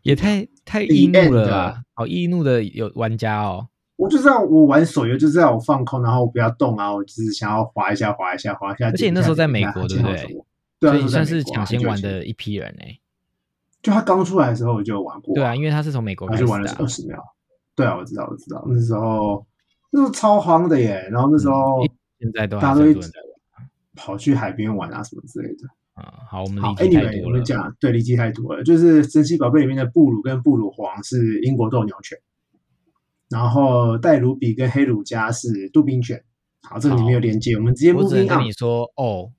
Speaker 1: 也太太
Speaker 2: 体
Speaker 1: 易
Speaker 2: 验
Speaker 1: 怒了
Speaker 2: 的
Speaker 1: 吧，好易怒的有玩家哦。
Speaker 2: 我就知道我玩手游就是要我放空，然后不要动啊，我只是想要滑一下滑一下滑一下。
Speaker 1: 而且你
Speaker 2: 点一
Speaker 1: 那
Speaker 2: 下
Speaker 1: 时候在美
Speaker 2: 点一下
Speaker 1: 国
Speaker 2: 它
Speaker 1: 对不
Speaker 2: 就
Speaker 1: 对
Speaker 2: 有手对啊，
Speaker 1: 所以你
Speaker 2: 那时候
Speaker 1: 算是
Speaker 2: 在美国啊
Speaker 1: 抢先玩。
Speaker 2: 很久以前
Speaker 1: 的一批人哎、
Speaker 2: 就它刚出来的时候我就有玩过，
Speaker 1: 对啊，因为他是从美国
Speaker 2: 然
Speaker 1: 开
Speaker 2: 后
Speaker 1: 始
Speaker 2: 就玩了
Speaker 1: 的啊、
Speaker 2: 二十秒。对啊，我知道，我知道，那时候那时候超慌的耶，然后那时候
Speaker 1: 嗯现在都
Speaker 2: 大
Speaker 1: 还
Speaker 2: 家
Speaker 1: 是很
Speaker 2: 都会
Speaker 1: 多人在
Speaker 2: 跑去海边玩啊什么之类的。
Speaker 1: 玩啊。好，我们
Speaker 2: 好
Speaker 1: 理解太
Speaker 2: ，Anyway，我
Speaker 1: 多
Speaker 2: 们
Speaker 1: 了。
Speaker 2: 讲对离题太多了，就是《神奇宝贝》里面的布鲁跟布鲁黄是英国斗牛犬，然后戴鲁比跟黑鲁加是杜宾犬。好，这个你没有连接，我们直接啊
Speaker 1: 我只能
Speaker 2: moving
Speaker 1: 跟
Speaker 2: on
Speaker 1: 你。说哦，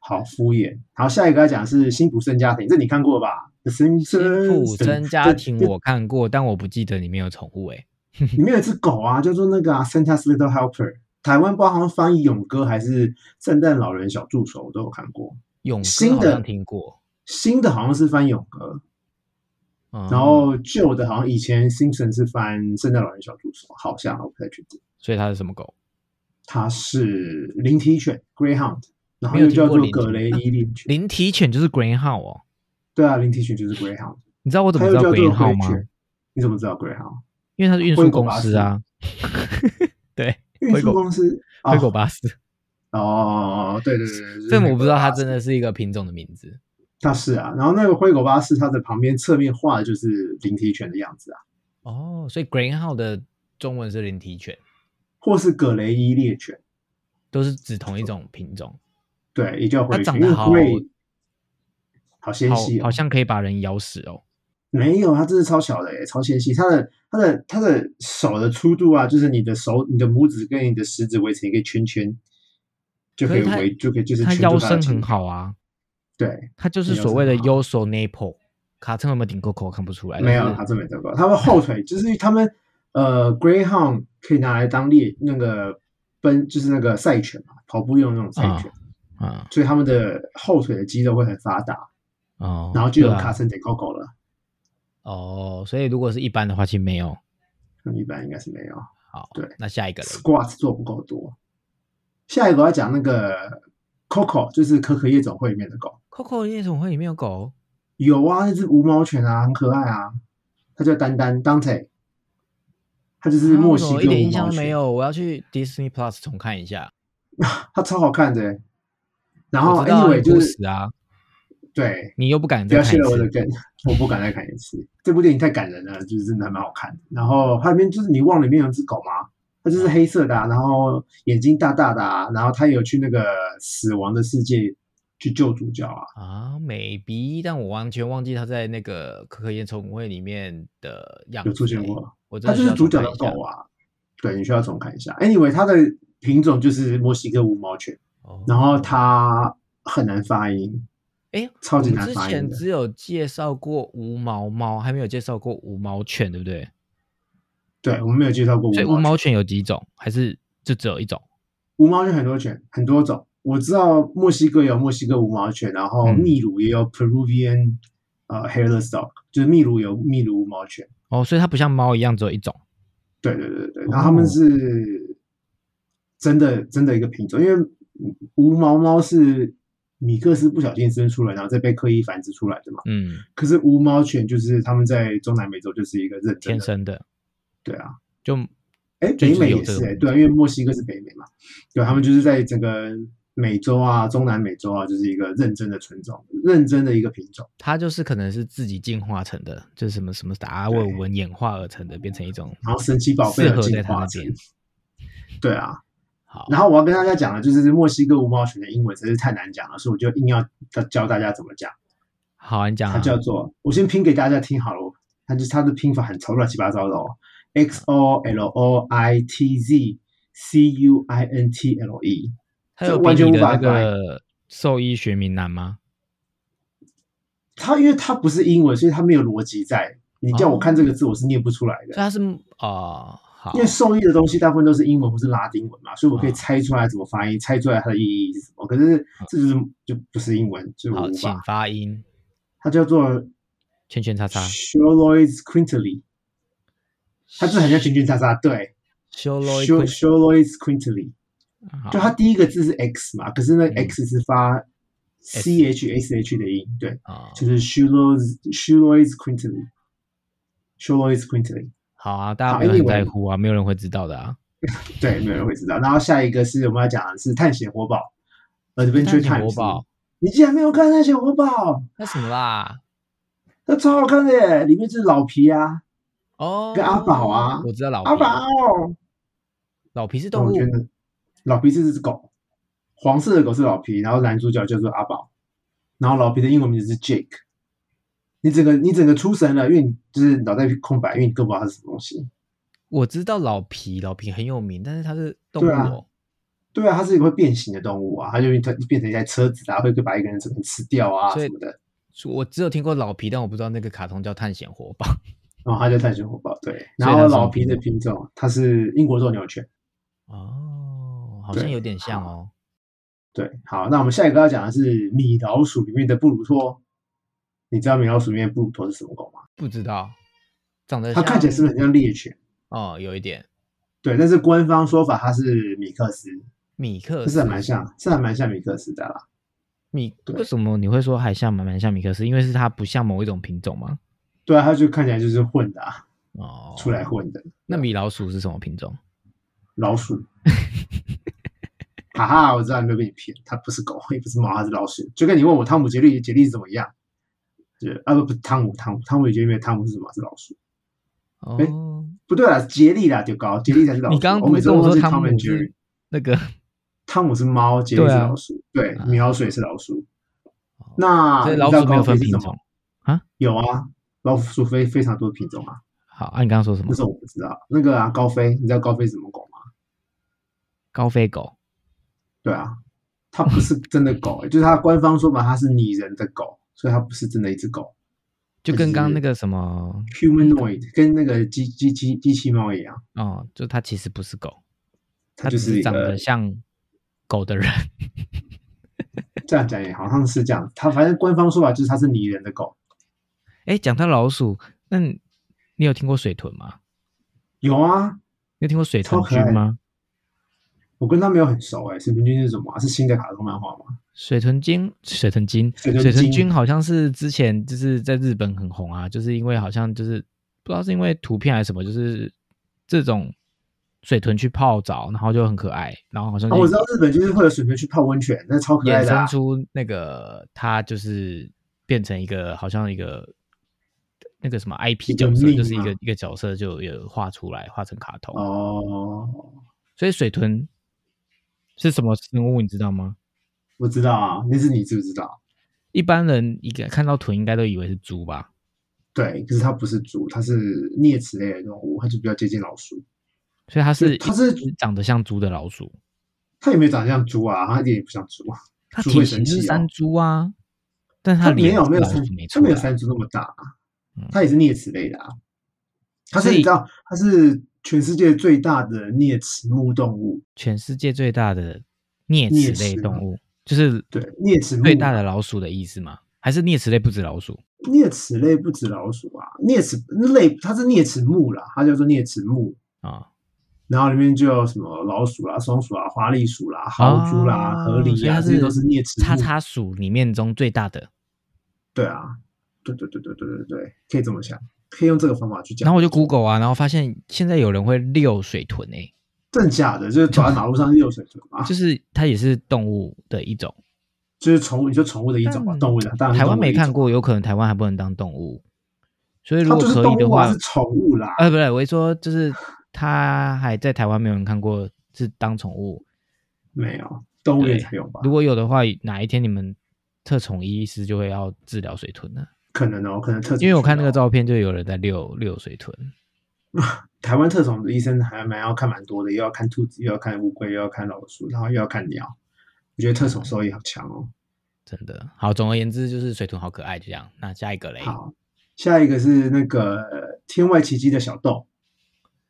Speaker 2: 好敷衍。好，下一个要讲的是辛普森家庭，这你看过吧？辛
Speaker 1: 辛普森家庭
Speaker 2: 对
Speaker 1: 我看过，但我不记得里面有宠物哎、
Speaker 2: 里面有一只狗啊，叫做那个啊，Santa's Little Helper。台湾不知道好像翻译勇哥还是圣诞老人小助手，我都有看过。
Speaker 1: 勇哥
Speaker 2: 新
Speaker 1: 好
Speaker 2: 的
Speaker 1: 像听过，
Speaker 2: 新的好像是翻勇哥，
Speaker 1: 嗯、
Speaker 2: 然后旧的好像以前 Simpson 是翻圣诞老人小助手，好像我不太确定。
Speaker 1: 所以它是什么狗？
Speaker 2: 它是灵体犬 Greyhound，然后
Speaker 1: 没有
Speaker 2: 又叫
Speaker 1: 听过
Speaker 2: 做
Speaker 1: 灵体
Speaker 2: 葛雷伊灵犬。
Speaker 1: 灵体犬就是 Greyhound 哦，
Speaker 2: 对啊，灵体犬就是 Greyhound，
Speaker 1: 你知道我怎
Speaker 2: 它
Speaker 1: 么
Speaker 2: 又
Speaker 1: 知道
Speaker 2: 叫做
Speaker 1: Greyhound
Speaker 2: 灰
Speaker 1: 吗？
Speaker 2: 犬。你怎么知道 Greyhound？
Speaker 1: *laughs* 因为它是运输公司啊。对，
Speaker 2: 运输公司
Speaker 1: 灰狗
Speaker 2: 吧？ *laughs*
Speaker 1: 巴斯，
Speaker 2: 啊哦，对对对对，
Speaker 1: 这我不知道它
Speaker 2: 真
Speaker 1: 真的是一个品种的名字。
Speaker 2: 它是啊。然后那个灰狗巴士，它的旁边侧面画的就是灵缇犬的样子啊，
Speaker 1: 哦，所以 Greyhound 的中文是灵缇犬，
Speaker 2: 或是葛雷伊猎犬，
Speaker 1: 都是指同一种品种，
Speaker 2: 对，也叫灰
Speaker 1: 它
Speaker 2: 犬，
Speaker 1: 长
Speaker 2: 因
Speaker 1: 得
Speaker 2: 为
Speaker 1: 好
Speaker 2: 龟好纤
Speaker 1: 好
Speaker 2: 细哦
Speaker 1: 好，像可以把人咬死哦。
Speaker 2: 没有，它真的超小的诶，超纤细。它的它的它的手的粗度啊，就是你的手、你的拇指跟你的食指围成一个圈圈，就可以
Speaker 1: 可是它
Speaker 2: 围，就可以就是
Speaker 1: 它
Speaker 2: 圈住
Speaker 1: 腰
Speaker 2: 它的
Speaker 1: 身
Speaker 2: 颈
Speaker 1: 很
Speaker 2: 部。
Speaker 1: 好啊，
Speaker 2: 对，
Speaker 1: 它就是
Speaker 2: 腰身
Speaker 1: 所谓的
Speaker 2: 很好
Speaker 1: u s o napo。卡称有没有顶扣扣看不出来，
Speaker 2: 没有
Speaker 1: 但是
Speaker 2: 它这么糟糕。它们后腿就是他们呃，greyhound 可以拿来当猎那个奔，就是那个赛犬嘛，跑步用那种赛
Speaker 1: 啊
Speaker 2: 犬，
Speaker 1: 啊
Speaker 2: 所以他们的后腿的肌肉会很发达，
Speaker 1: 哦，
Speaker 2: 然后就有
Speaker 1: 对啊
Speaker 2: 卡森德 Coco 了。
Speaker 1: 哦，所以如果是一般的话，其实没有。
Speaker 2: 那一般应该是没有。
Speaker 1: 好，
Speaker 2: 对
Speaker 1: 那下一个嘞
Speaker 2: squat 做不够多。下一个我要讲那个 Coco，就是可可夜总会里面的狗。
Speaker 1: ，Coco 夜总会里面有狗，
Speaker 2: 有啊，那只无毛犬啊，很可爱啊。它叫丹丹 Dante，它就是墨西
Speaker 1: 啊我
Speaker 2: 哥
Speaker 1: 一点
Speaker 2: 无
Speaker 1: 印象
Speaker 2: 毛
Speaker 1: 都没
Speaker 2: 犬，
Speaker 1: 有，我要去 Disney Plus 重看一下。
Speaker 2: 它超好看的欸、然后
Speaker 1: 我知道啊
Speaker 2: anyway
Speaker 1: 你不
Speaker 2: 就是
Speaker 1: 死啊，
Speaker 2: 对，
Speaker 1: 你又不敢
Speaker 2: 不
Speaker 1: 再
Speaker 2: 要
Speaker 1: 看
Speaker 2: 泄
Speaker 1: 一
Speaker 2: 露我的
Speaker 1: 次。
Speaker 2: 梗，我不敢再看一次。这部电影太感人了，就是真的还蛮好看的。然后它里面就是你忘了里面有只狗吗？它就是黑色的、啊，然后眼睛大大的、啊，然后它有去那个死亡的世界去救主角啊。
Speaker 1: 啊，maybe，但我完全忘记他在那个《可可夜总会》里面的样子、
Speaker 2: 有出现
Speaker 1: 欸
Speaker 2: 过，
Speaker 1: 我真
Speaker 2: 它
Speaker 1: 的
Speaker 2: 就是主角的
Speaker 1: 啊。
Speaker 2: 狗啊。对，你需要重看一下。Anyway，它的品种就是墨西哥无毛犬，
Speaker 1: 哦
Speaker 2: 然后它很难发音，
Speaker 1: 哎，
Speaker 2: 超级
Speaker 1: 我们
Speaker 2: 难
Speaker 1: 之
Speaker 2: 发音
Speaker 1: 前
Speaker 2: 的
Speaker 1: 只有介绍过无毛猫，还没有介绍过无毛犬，对不对？
Speaker 2: 对，我们没有介绍过无
Speaker 1: 所以
Speaker 2: 毛
Speaker 1: 无
Speaker 2: 犬。
Speaker 1: 毛犬有几种，还是就只有一种？
Speaker 2: 无毛犬很多犬，很多种。我知道墨西哥有墨西哥无毛犬，然后
Speaker 1: 嗯
Speaker 2: 秘鲁也有 Peruvian 呃 hairless dog，就是秘鲁有秘鲁无毛犬。
Speaker 1: 哦，所以它不像猫一样只有一种。
Speaker 2: 对对对对，
Speaker 1: 哦
Speaker 2: 然后他们是真的真的一个品种，因为无毛猫是米克斯不小心生出来，然后再被刻意繁殖出来的嘛。
Speaker 1: 嗯，
Speaker 2: 可是无毛犬就是他们在中南美洲就是一个认真
Speaker 1: 天
Speaker 2: 的，
Speaker 1: 生的，
Speaker 2: 对啊，
Speaker 1: 就
Speaker 2: 哎，
Speaker 1: 就
Speaker 2: 北
Speaker 1: 是
Speaker 2: 美
Speaker 1: 有
Speaker 2: 也
Speaker 1: 这
Speaker 2: 是
Speaker 1: 个
Speaker 2: 哎、
Speaker 1: 问
Speaker 2: 对啊，因为墨西哥是北美嘛，对，啊他们就是在整个美洲啊、中南美洲啊，就是一个认真的纯种，认真的一个品种。
Speaker 1: 它就是可能是自己进化成的，就是什么什么达尔文文演化而成的，变成一种
Speaker 2: 然后神奇宝贝
Speaker 1: 适
Speaker 2: 有
Speaker 1: 合
Speaker 2: 进
Speaker 1: 在它
Speaker 2: 化
Speaker 1: 那
Speaker 2: 成
Speaker 1: 边。
Speaker 2: 对啊，
Speaker 1: 好，
Speaker 2: 然后我要跟大家讲的就是墨西哥无毛犬的英文真是太难讲了，所以我就硬要教教大家怎么讲。
Speaker 1: 好，你讲
Speaker 2: 它
Speaker 1: 啊，
Speaker 2: 叫做，我先拼给大家听好了，它就是它的拼法很丑，乱七八糟的哦，X O L O I T Z C U I N T L E。
Speaker 1: 它
Speaker 2: 这
Speaker 1: 有
Speaker 2: 完
Speaker 1: 比
Speaker 2: 全
Speaker 1: 你的
Speaker 2: 无法
Speaker 1: 那个兽医学名难吗？
Speaker 2: 它因为它不是英文，所以它没有逻辑在。你叫我看
Speaker 1: 哦
Speaker 2: 这个字，我是念不出来
Speaker 1: 所以
Speaker 2: 的。
Speaker 1: 它是哦，好
Speaker 2: 啊因为兽医的东西大部分都是英文或是拉丁文嘛，所以我可以
Speaker 1: 啊
Speaker 2: 猜出来怎么发音，猜出来它的意义是什么。可是这就是就不是英文，就
Speaker 1: 哦好，
Speaker 2: 无
Speaker 1: 请
Speaker 2: 法。
Speaker 1: 发音
Speaker 2: 它叫做
Speaker 1: 圈圈叉叉
Speaker 2: s h o l o i d s quintily，它这很像圈圈叉叉，对
Speaker 1: 修
Speaker 2: s
Speaker 1: 罗
Speaker 2: h o s h o l o i d s quintily。就它第一个字是 X 嘛，可是那
Speaker 1: 哦嗯
Speaker 2: X 是发 C H S H 的音，对，
Speaker 1: 啊，
Speaker 2: 就是 Shulo's Shulo's Quintily。Shulo's Quintily，
Speaker 1: 好啊，大家
Speaker 2: 好
Speaker 1: 不要很
Speaker 2: ，anyway
Speaker 1: 在乎啊，没有人会知道的啊。
Speaker 2: 对，没有人会知道。然后下一个是我们要讲的是《探险活宝》
Speaker 1: 探险
Speaker 2: ，Adventure Time。
Speaker 1: 活宝，
Speaker 2: 你竟然没有看《探险活宝》？
Speaker 1: 那什么啦？
Speaker 2: 那超好看的耶！里面是老皮啊，
Speaker 1: 哦，
Speaker 2: 跟阿宝啊
Speaker 1: 我知道老
Speaker 2: 阿
Speaker 1: 皮，
Speaker 2: 宝。
Speaker 1: 老皮是
Speaker 2: 但
Speaker 1: 动
Speaker 2: 我
Speaker 1: 物
Speaker 2: 觉得老皮是只狗，黄色的狗是老皮，然后男主角叫做阿宝，然后老皮的英文名字是 Jake。你整个你整个出神了，因为你就是脑袋空白，因为你更不知道它是什么东西。
Speaker 1: 我知道老皮，老皮很有名，但是它是动物
Speaker 2: 对啊
Speaker 1: 哦。
Speaker 2: 对啊，它是一个会变形的动物啊，它就它变成一台车子啊，会把一个人整个吃掉啊
Speaker 1: 所以
Speaker 2: 什么的。
Speaker 1: 我只有听过老皮，但我不知道那个卡通叫《探险活宝》
Speaker 2: 然后它叫探险活宝，对。
Speaker 1: 所以它
Speaker 2: 然
Speaker 1: 是
Speaker 2: 后老皮的品种，它是英国斗牛犬。
Speaker 1: 哦，好像
Speaker 2: 对
Speaker 1: 有点像哦。
Speaker 2: 对，好，那我们下一个要讲的是米老鼠里面的布鲁托。你知道米老鼠里面的布鲁托是什么狗吗？
Speaker 1: 不知道，长得
Speaker 2: 它看起来是不是很像猎犬？
Speaker 1: 哦，有一点
Speaker 2: 对，但是官方说法它是米克斯，
Speaker 1: 米克
Speaker 2: 这
Speaker 1: 斯
Speaker 2: 是还蛮像，是还蛮像米克斯的啦。
Speaker 1: 米。
Speaker 2: 对
Speaker 1: 为什么你会说还像蛮蛮像米克斯？因为是它不像某一种品种吗？
Speaker 2: 对啊，它就看起来就是混的、啊，
Speaker 1: 哦，
Speaker 2: 出来。混的。
Speaker 1: 那米老鼠是什么品种？*laughs*
Speaker 2: 老鼠。哈哈，我知道你没有被你骗，它不是狗，也不是猫，它是老鼠。就跟你问我汤姆杰利杰利是怎么样，对，啊不不是汤姆汤姆汤姆杰利汤姆是什么？是老鼠。
Speaker 1: 哦，
Speaker 2: 诶不对啦，杰利啦就高，杰利才是老鼠。
Speaker 1: 你刚刚
Speaker 2: 我
Speaker 1: 不
Speaker 2: 每
Speaker 1: 是
Speaker 2: 次
Speaker 1: 跟我
Speaker 2: 都
Speaker 1: 说
Speaker 2: 是
Speaker 1: 汤
Speaker 2: 姆
Speaker 1: 姆
Speaker 2: 杰利
Speaker 1: 是，那个
Speaker 2: 汤姆是猫，杰利是
Speaker 1: 对啊
Speaker 2: 老鼠，对
Speaker 1: 啊，哦
Speaker 2: 米老鼠也是老鼠。那
Speaker 1: 所以
Speaker 2: 啊你
Speaker 1: 老
Speaker 2: 知道
Speaker 1: 鼠没有
Speaker 2: 高飞
Speaker 1: 分
Speaker 2: 是
Speaker 1: 品
Speaker 2: 什么
Speaker 1: 种。
Speaker 2: 有啊，老鼠非非常多的品种啊，
Speaker 1: 好，啊，你刚刚说什么
Speaker 2: 那？时候我不知道。那个啊，高飞，你知道高飞是什么狗吗？
Speaker 1: 高飞狗
Speaker 2: 对啊，它不是真的
Speaker 1: *laughs*
Speaker 2: 狗、就是它官方说法，它是拟人的狗，所以它不是真的一只狗
Speaker 1: 就跟刚刚
Speaker 2: 是
Speaker 1: 那个什么嗯
Speaker 2: ，humanoid，跟那个机机机机器猫一样，
Speaker 1: 哦，就它其实不是狗，
Speaker 2: 它
Speaker 1: 只
Speaker 2: 就是一
Speaker 1: 长
Speaker 2: 个
Speaker 1: 得像狗的人。
Speaker 2: 这样讲也好像是这样，它反正官方说法就是它是拟人的狗。
Speaker 1: 哎，讲到老鼠，那你你有听过水豚吗？
Speaker 2: 有啊，
Speaker 1: 你有听过水豚
Speaker 2: 超可爱
Speaker 1: 君吗？
Speaker 2: 我跟它没有很熟哎、水豚君是什么啊、是新的卡通漫画吗？
Speaker 1: 水豚精，水豚精，
Speaker 2: 水豚
Speaker 1: 水豚
Speaker 2: 精
Speaker 1: 君好像是之前就是在日本很红啊，就是因为好像就是不知道是因为图片还是什么，就是这种水豚去泡澡，然后就很可爱，然后好像
Speaker 2: 啊，
Speaker 1: 就
Speaker 2: 我知道日本就是会有水豚去泡温泉，那超可
Speaker 1: 嗯
Speaker 2: 爱
Speaker 1: 衍
Speaker 2: 的、啊
Speaker 1: 生。出那个它就是变成一个好像一个那个什么 IP
Speaker 2: 一个
Speaker 1: 角色，
Speaker 2: 命
Speaker 1: 就是一个
Speaker 2: 吗
Speaker 1: 一个角色就有画出来，画成卡通。
Speaker 2: 哦，
Speaker 1: 所以水豚是什么生物，你知道吗？
Speaker 2: 我知道啊，那是你知不知道？
Speaker 1: 一般人一个看到豚应该都以为是猪吧？
Speaker 2: 对，可是它不是猪，它是啮齿类的动物，它就比较接近老鼠。
Speaker 1: 所以它是
Speaker 2: 对它是
Speaker 1: 一只长得像猪的老鼠，
Speaker 2: 它也没有长得像猪啊，它一点也不像猪啊。
Speaker 1: 它
Speaker 2: 猪
Speaker 1: 体
Speaker 2: 会
Speaker 1: 型
Speaker 2: 生
Speaker 1: 就是
Speaker 2: 气哦
Speaker 1: 山猪啊，但它
Speaker 2: 它没
Speaker 1: 脸
Speaker 2: 有
Speaker 1: 是
Speaker 2: 没有
Speaker 1: 老
Speaker 2: 山
Speaker 1: 鼠没，
Speaker 2: 它
Speaker 1: 出
Speaker 2: 没有
Speaker 1: 来。
Speaker 2: 山猪那么大啊
Speaker 1: 嗯，
Speaker 2: 它也是啮齿类的啊。它是
Speaker 1: 所以
Speaker 2: 你知道，它是全世界最大的啮齿目动物，
Speaker 1: 全世界最大的啮齿类
Speaker 2: 啮齿
Speaker 1: 动物，就是
Speaker 2: 对，啮齿目
Speaker 1: 最大的老鼠的意思吗？还是啮齿类不止老鼠？
Speaker 2: 啮齿类不止老鼠啊，啮齿类它是啮齿目啦，它叫做啮齿目。
Speaker 1: 啊，
Speaker 2: 然后里面就有什么老鼠啦、松鼠啦、花栗鼠啦、豪猪啦、
Speaker 1: 啊
Speaker 2: 河
Speaker 1: 所
Speaker 2: 狸
Speaker 1: 以
Speaker 2: 啦，
Speaker 1: 它
Speaker 2: 这些都是啮齿目。
Speaker 1: 叉叉鼠里面中最大的。
Speaker 2: 对啊，对对对对对对对，可以这么想，可以用这个方法去讲。
Speaker 1: 然后我就 Google 啊，然后发现现在有人会遛水豚诶、
Speaker 2: 真假的，就是走在马路上遛水豚
Speaker 1: *laughs*
Speaker 2: 嘛，
Speaker 1: 就是它也是动物的一种。
Speaker 2: 就是宠物，你说宠物的一种嘛，
Speaker 1: 但
Speaker 2: 动物的，当然是
Speaker 1: 台湾
Speaker 2: 动物的
Speaker 1: 没
Speaker 2: 一种
Speaker 1: 看，过，有可能台湾还不能当动物，所以如
Speaker 2: 它
Speaker 1: 果
Speaker 2: 就是
Speaker 1: 可以
Speaker 2: 动
Speaker 1: 的
Speaker 2: 物
Speaker 1: 话
Speaker 2: 啊，是，宠物啦。
Speaker 1: 呃，不对，我是说就是它还在台湾没有人看过是当宠物，
Speaker 2: 没有，动物园
Speaker 1: 对
Speaker 2: 才有吧？
Speaker 1: 如果有的话，哪一天你们特宠医师就会要治疗水豚了，
Speaker 2: 可能哦，可能特种
Speaker 1: 因为我看那个
Speaker 2: 需要
Speaker 1: 照片就有人在遛遛水豚，
Speaker 2: 台湾特种的医生还蛮要看蛮多的，又要看兔子，又要看乌龟，又要看老鼠，然后又要看鸟。我觉得特种兽医好强哦。
Speaker 1: 真的好。总而言之，就是水豚好可爱，就这样。那下一个嘞，
Speaker 2: 好，下一个是那个呃天外奇迹的小豆，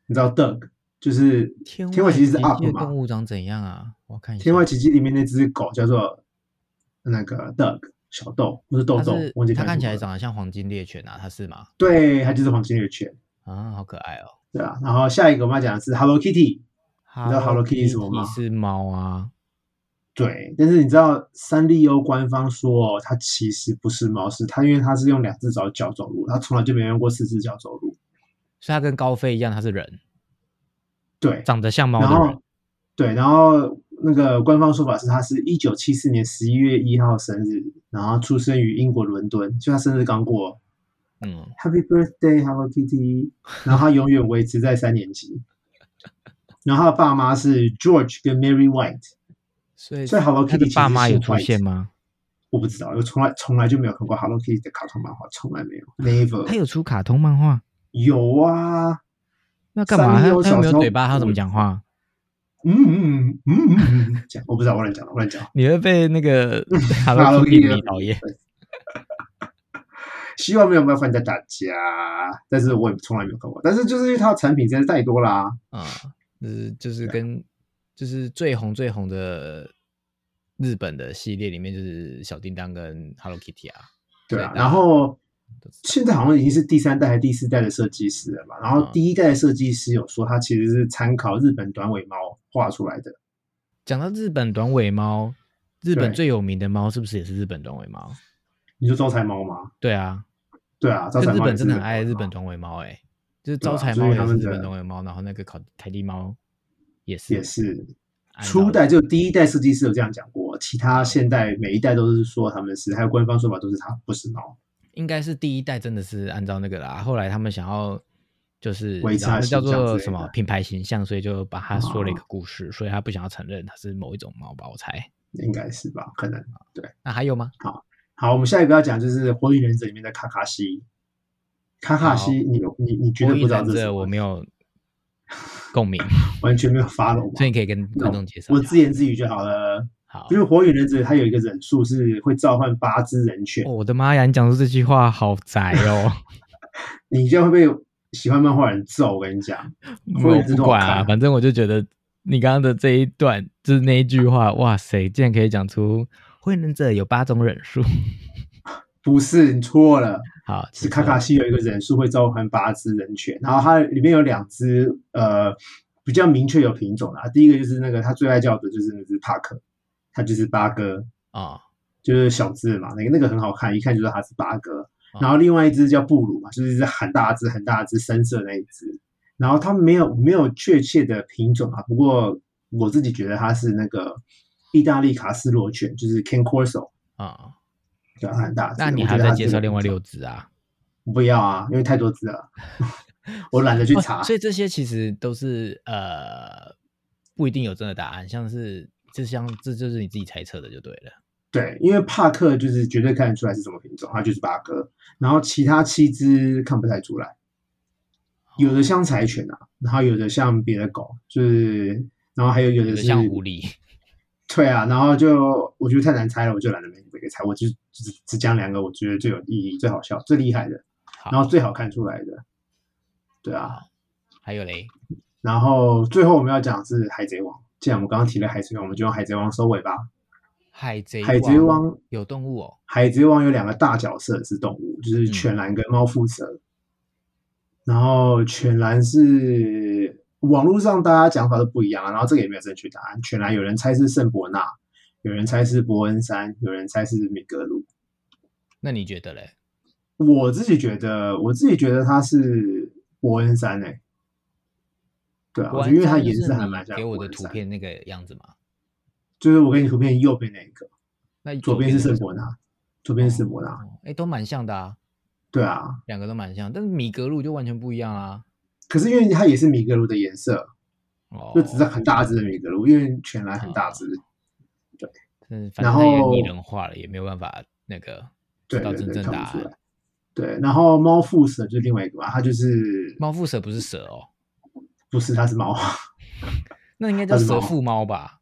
Speaker 2: 你知道 Doug 就是
Speaker 1: 天
Speaker 2: 天外奇迹是 Up
Speaker 1: 的
Speaker 2: 嘛
Speaker 1: 动物长怎样啊？我看一下，
Speaker 2: 天外奇迹》里面那只狗叫做那个 Doug 小豆，不是豆
Speaker 1: 它
Speaker 2: 豆
Speaker 1: 是，
Speaker 2: 忘记
Speaker 1: 它看
Speaker 2: 什
Speaker 1: 起
Speaker 2: 么
Speaker 1: 来
Speaker 2: 了
Speaker 1: 长得像黄金猎犬啊，它是吗？
Speaker 2: 对，它就是黄金猎犬，
Speaker 1: 啊，好可爱哦。
Speaker 2: 对啊。然后下一个我们要讲的是 Hello Kitty，
Speaker 1: 你
Speaker 2: 知道 Hello Kitty 是什么吗
Speaker 1: 是猫啊，
Speaker 2: 对，但是你知道三丽鸥官方说它其实不是猫，是它因为它是用两只脚脚走路，它从来就没用过四只脚走路。
Speaker 1: 所以它跟高飞一样，它是人，
Speaker 2: 对，
Speaker 1: 长得像猫
Speaker 2: 然
Speaker 1: 的人
Speaker 2: 后。对，然后那个官方说法是它是一九七四年十一月一号生日，然后出生于英国伦敦，就它生日刚过。
Speaker 1: 嗯，
Speaker 2: Happy birthday, Hello Kitty。然 *laughs* 后他永远维持在三年级。然后他的爸妈是 George 跟 Mary White，
Speaker 1: 所以
Speaker 2: 所以 Hello
Speaker 1: 它的
Speaker 2: Kitty
Speaker 1: 爸妈有出
Speaker 2: 其实是
Speaker 1: 现吗？
Speaker 2: 我不知道，我从来从来就没有看过 Hello Kitty 的卡通漫画，从来没有
Speaker 1: 它
Speaker 2: ，never
Speaker 1: 有出卡通漫画，
Speaker 2: 有啊。
Speaker 1: 那干嘛？
Speaker 2: 三
Speaker 1: 它
Speaker 2: 丽鸥
Speaker 1: 它又没
Speaker 2: 小
Speaker 1: 有
Speaker 2: 时候
Speaker 1: 嘴巴，它
Speaker 2: 我
Speaker 1: 怎么讲话？
Speaker 2: 嗯嗯嗯嗯嗯嗯，讲我不知道，我乱讲，我乱讲。
Speaker 1: 你会被那
Speaker 2: *laughs*
Speaker 1: 个
Speaker 2: Hello
Speaker 1: Hello Kitty
Speaker 2: Kitty
Speaker 1: 迷倒耶？
Speaker 2: 希望没有冒犯到大家，但是我也从来没有看过。但是就是因为它的产品真的太多啦、
Speaker 1: *laughs* 啊，就是就是跟就是最红最红的日本的系列里面，就是小叮当跟 Hello Kitty 啊，
Speaker 2: 对啊
Speaker 1: 对。
Speaker 2: 然后
Speaker 1: 都知道
Speaker 2: 现在好像已经是第三代还是第四代的设计师了吧？然
Speaker 1: 嗯
Speaker 2: 后第一代的设计师有说，他其实是参考日本短尾猫画出来的。
Speaker 1: 讲到日本短尾猫，日本
Speaker 2: 对
Speaker 1: 最有名的猫是不是也是日本短尾猫？
Speaker 2: 你说招财猫吗？
Speaker 1: 对啊，
Speaker 2: 对啊，招
Speaker 1: 就
Speaker 2: 财
Speaker 1: 日
Speaker 2: 猫
Speaker 1: 本
Speaker 2: 也是
Speaker 1: 真的很
Speaker 2: 短
Speaker 1: 爱
Speaker 2: 尾
Speaker 1: 日
Speaker 2: 猫啊
Speaker 1: 本短尾猫，哎，就是
Speaker 2: 对
Speaker 1: 招
Speaker 2: 啊
Speaker 1: 财
Speaker 2: 所以
Speaker 1: 猫也
Speaker 2: 他
Speaker 1: 是
Speaker 2: 们
Speaker 1: 日
Speaker 2: 的
Speaker 1: 本短尾猫，然后那个烤凯蒂猫也是
Speaker 2: 也是
Speaker 1: 按
Speaker 2: 初
Speaker 1: 照嗯
Speaker 2: 代就第一代设计师有这样讲过，其他现代每一代都是说他们是，还有官方说法都是他不是猫。
Speaker 1: 应该是第一代真的是按照那个啦，后来他们想要就是
Speaker 2: 维
Speaker 1: 你知道
Speaker 2: 持它
Speaker 1: 那叫
Speaker 2: 形象之
Speaker 1: 做
Speaker 2: 类的哦
Speaker 1: 什么品牌形象，所以就把它说了一个故事，所以他不想要承认它是某一种猫吧，我猜。
Speaker 2: 应该是吧？可能。
Speaker 1: 那还有吗？
Speaker 2: 好，我们下一个要讲就是《火影忍者》里面的卡卡西。卡卡西，你有你你绝
Speaker 1: 火
Speaker 2: 对不
Speaker 1: 影
Speaker 2: 知道
Speaker 1: 忍
Speaker 2: 这是什
Speaker 1: 者
Speaker 2: 么
Speaker 1: 我没
Speaker 2: *laughs*
Speaker 1: 有共鸣，
Speaker 2: 完全没有 follow
Speaker 1: 所以
Speaker 2: 嘛。
Speaker 1: 你可以跟观众介绍一
Speaker 2: 我
Speaker 1: 下。
Speaker 2: 自言自语就好了。
Speaker 1: 好
Speaker 2: 就，是《火影忍者》它有一个忍术是会召唤八只人犬，
Speaker 1: 哦我的妈呀！你讲出这句话好宅
Speaker 2: *laughs*
Speaker 1: 哦。
Speaker 2: 你这样会被喜欢漫画人揍。我跟你讲，火影
Speaker 1: 我
Speaker 2: 忍者
Speaker 1: 不管
Speaker 2: 多好
Speaker 1: 啊，
Speaker 2: 看
Speaker 1: 反正我就觉得你刚刚的这一段，就是那一句话，哇塞，竟然可以讲出火影忍者有八种忍术。 *laughs*
Speaker 2: 不是你错了。
Speaker 1: 好，
Speaker 2: 是
Speaker 1: 请
Speaker 2: 卡卡
Speaker 1: 说
Speaker 2: 西有一个忍术会召唤八只人犬，然后它里面有两只呃比较明确有品种啦。第一个就是那个他最爱叫的就是那只帕克，它就是八哥，
Speaker 1: 哦，
Speaker 2: 就是小只的嘛，那个那个很好看，一看就知道它是八哥。
Speaker 1: 啊
Speaker 2: 然后另外一只叫布鲁嘛，就是一只很大只很大只深色那一只。然后它没有没有确切的品种啊，不过我自己觉得它是那个意大利卡斯罗犬，就是 Can Corso，
Speaker 1: 啊、
Speaker 2: 对，它很大只。
Speaker 1: 那你
Speaker 2: 我觉
Speaker 1: 还
Speaker 2: 得
Speaker 1: 在
Speaker 2: 它是
Speaker 1: 介
Speaker 2: 这
Speaker 1: 绍
Speaker 2: 个
Speaker 1: 另外
Speaker 2: 品
Speaker 1: 六
Speaker 2: 种
Speaker 1: 只啊？
Speaker 2: 不要啊，因为太多只了， *laughs* 我懒得去查。
Speaker 1: 哦所以这些其实都是呃不一定有真的答案，像是就像这就是你自己猜测的就对了。
Speaker 2: 对，因为帕克就是绝对看得出来是什么品种，它就是八哥。然后其他七只看不太出来，
Speaker 1: 哦
Speaker 2: 有的像柴犬啊，然后有的像别的狗，就是，然后还有有
Speaker 1: 有
Speaker 2: 的
Speaker 1: 的
Speaker 2: 是
Speaker 1: 像狐狸，
Speaker 2: 对啊，然后就我觉得太难猜了，我就懒得每每个猜，我就只只讲两个我觉得最有意义、最好笑、最厉害的，
Speaker 1: 好
Speaker 2: 然后最好看出来的。对啊，
Speaker 1: 还有嘞，
Speaker 2: 然后最后我们要讲的是海贼王。既然我们刚刚提了海贼王，我们就用海贼王收尾吧。
Speaker 1: 海贼
Speaker 2: 海贼王
Speaker 1: 有动物哦，
Speaker 2: 海贼王有两个大角色是动物，
Speaker 1: 嗯
Speaker 2: 就是犬蓝跟猫腹蛇。然后犬蓝是网络上大家讲法都不一样啊，然后这个也没有正确答案。犬蓝有人猜是圣伯纳，有人猜是伯恩山，有人猜是米格鲁。
Speaker 1: 那你觉得嘞？
Speaker 2: 我自己觉得，我自己觉得他是伯恩山诶、对啊，
Speaker 1: 果
Speaker 2: 我觉
Speaker 1: 然
Speaker 2: 得因为它
Speaker 1: 真的
Speaker 2: 颜
Speaker 1: 是
Speaker 2: 色还
Speaker 1: 你
Speaker 2: 蛮像
Speaker 1: 给我的
Speaker 2: 伯恩
Speaker 1: 图
Speaker 2: 山，
Speaker 1: 片那个样子嘛。
Speaker 2: 就是我给你图片右边那一个，
Speaker 1: 那
Speaker 2: 左边是
Speaker 1: 什
Speaker 2: 圣
Speaker 1: 么
Speaker 2: 伯纳，左边是圣伯纳，
Speaker 1: 哦哎，都蛮像的啊，
Speaker 2: 对啊。
Speaker 1: 两个都蛮像，但是米格鲁就完全不一样啊啦。
Speaker 2: 可是因为它也是米格鲁的颜色，
Speaker 1: 哦，
Speaker 2: 就只是很大只的米格鲁，因为全蓝很大只，
Speaker 1: 嗯，反正
Speaker 2: 然
Speaker 1: 它也
Speaker 2: 后
Speaker 1: 拟人化了，也没有办法那个
Speaker 2: 对
Speaker 1: 知道
Speaker 2: 对
Speaker 1: 真
Speaker 2: 对，
Speaker 1: 正
Speaker 2: 看
Speaker 1: 答
Speaker 2: 不出来
Speaker 1: 案。。
Speaker 2: 对，然后猫腹蛇就是另外一个吧，它就是
Speaker 1: 猫腹蛇不是蛇哦，
Speaker 2: 不是它是猫
Speaker 1: 那应该叫
Speaker 2: 它是猫
Speaker 1: 蛇腹猫吧？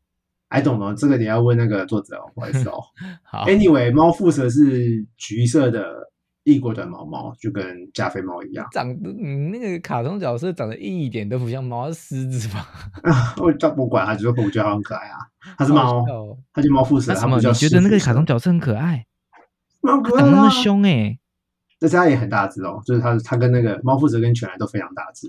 Speaker 2: ，I don't know，这个你要问那个作者哦，不好意思哦。
Speaker 1: *laughs* 好，
Speaker 2: *laughs* anyway，猫腹蛇是橘色的异国短毛猫，就跟加菲猫一样。 *laughs*
Speaker 1: 长得你那个卡通角色长得一点都不像猫，它是狮子吧？
Speaker 2: 我倒不管它，只是我觉得它很可爱啊，它
Speaker 1: 它
Speaker 2: 是
Speaker 1: *laughs*
Speaker 2: 猫，
Speaker 1: 哦
Speaker 2: 它就猫腹蛇，
Speaker 1: 那
Speaker 2: 它
Speaker 1: 啊什
Speaker 2: 不
Speaker 1: 么？
Speaker 2: 叫
Speaker 1: 你觉得
Speaker 2: 狮
Speaker 1: 那个
Speaker 2: 腹
Speaker 1: 卡
Speaker 2: 蛇
Speaker 1: 通角色很可爱？
Speaker 2: 蛮
Speaker 1: 它
Speaker 2: 可爱
Speaker 1: 长得
Speaker 2: 的
Speaker 1: 那
Speaker 2: 啊
Speaker 1: 么，凶哎！
Speaker 2: 但是它也很大只哦，就是它它跟那个猫腹蛇跟全蓝都非常大只，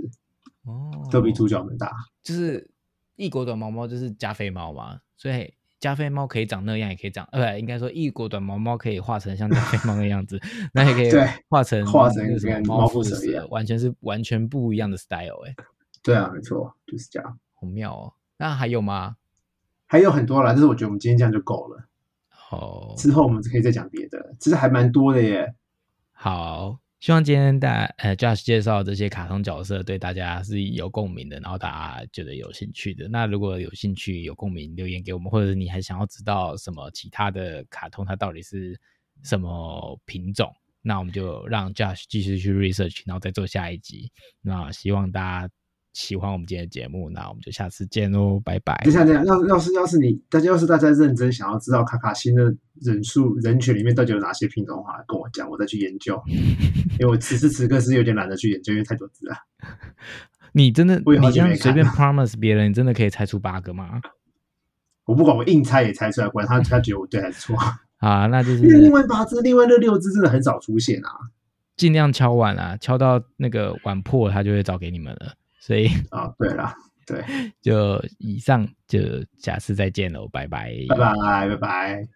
Speaker 1: 哦，
Speaker 2: 都比主角们大。
Speaker 1: 就是异国短毛猫就是加菲猫嘛，所以加菲猫可以长那样，也可以长，呃，应该说异国短毛猫可以化成像加菲猫那
Speaker 2: *laughs*
Speaker 1: 样子，那也可以
Speaker 2: 对
Speaker 1: 化成
Speaker 2: 化成
Speaker 1: 那个什么
Speaker 2: 跟
Speaker 1: 猫
Speaker 2: 猫
Speaker 1: 腹
Speaker 2: 腹蛇一
Speaker 1: 蛇，
Speaker 2: 样
Speaker 1: 完全是完全不一样的 style 哎、
Speaker 2: 对啊，没错，就是这样。
Speaker 1: 好妙哦。那还有吗？
Speaker 2: 还有很多啦，但是我觉得我们今天这样就够了。
Speaker 1: 哦，
Speaker 2: 之后我们可以再讲别的，其实还蛮多的耶。
Speaker 1: 好，希望今天大家呃 Josh 介绍的这些卡通角色对大家是有共鸣的，然后大家觉得有兴趣的。那如果有兴趣有共鸣，留言给我们，或者是你还想要知道什么其他的卡通它到底是什么品种，那我们就让 Josh 继续去 research，然后再做下一集。那希望大家喜欢我们今天的节目，那我们就下次见喽，拜拜。
Speaker 2: 等一下，等一下，要要是要是你大家要是大家认真想要知道卡卡西的人数人群里面到底有哪些品种的话，跟我讲，我再去研究。因为我此时此刻是有点懒得去研究，因为太多字了。
Speaker 1: 你真的
Speaker 2: 我也好
Speaker 1: 你这
Speaker 2: 久没
Speaker 1: 样随
Speaker 2: 看
Speaker 1: 便
Speaker 2: 了
Speaker 1: promise 别人，你真的可以猜出八个吗？
Speaker 2: 我不管，我硬猜也猜出来，管他他觉得我对还是错。
Speaker 1: 啊，那就是
Speaker 2: 因 *laughs* 为另外八只，另外那六只真的很少出现啊
Speaker 1: 尽量敲碗啊，敲到那个碗破，他就会找给你们了。所以
Speaker 2: 啊！对了，对，
Speaker 1: 就以上就下次再见喽，拜拜，
Speaker 2: 拜拜，拜拜。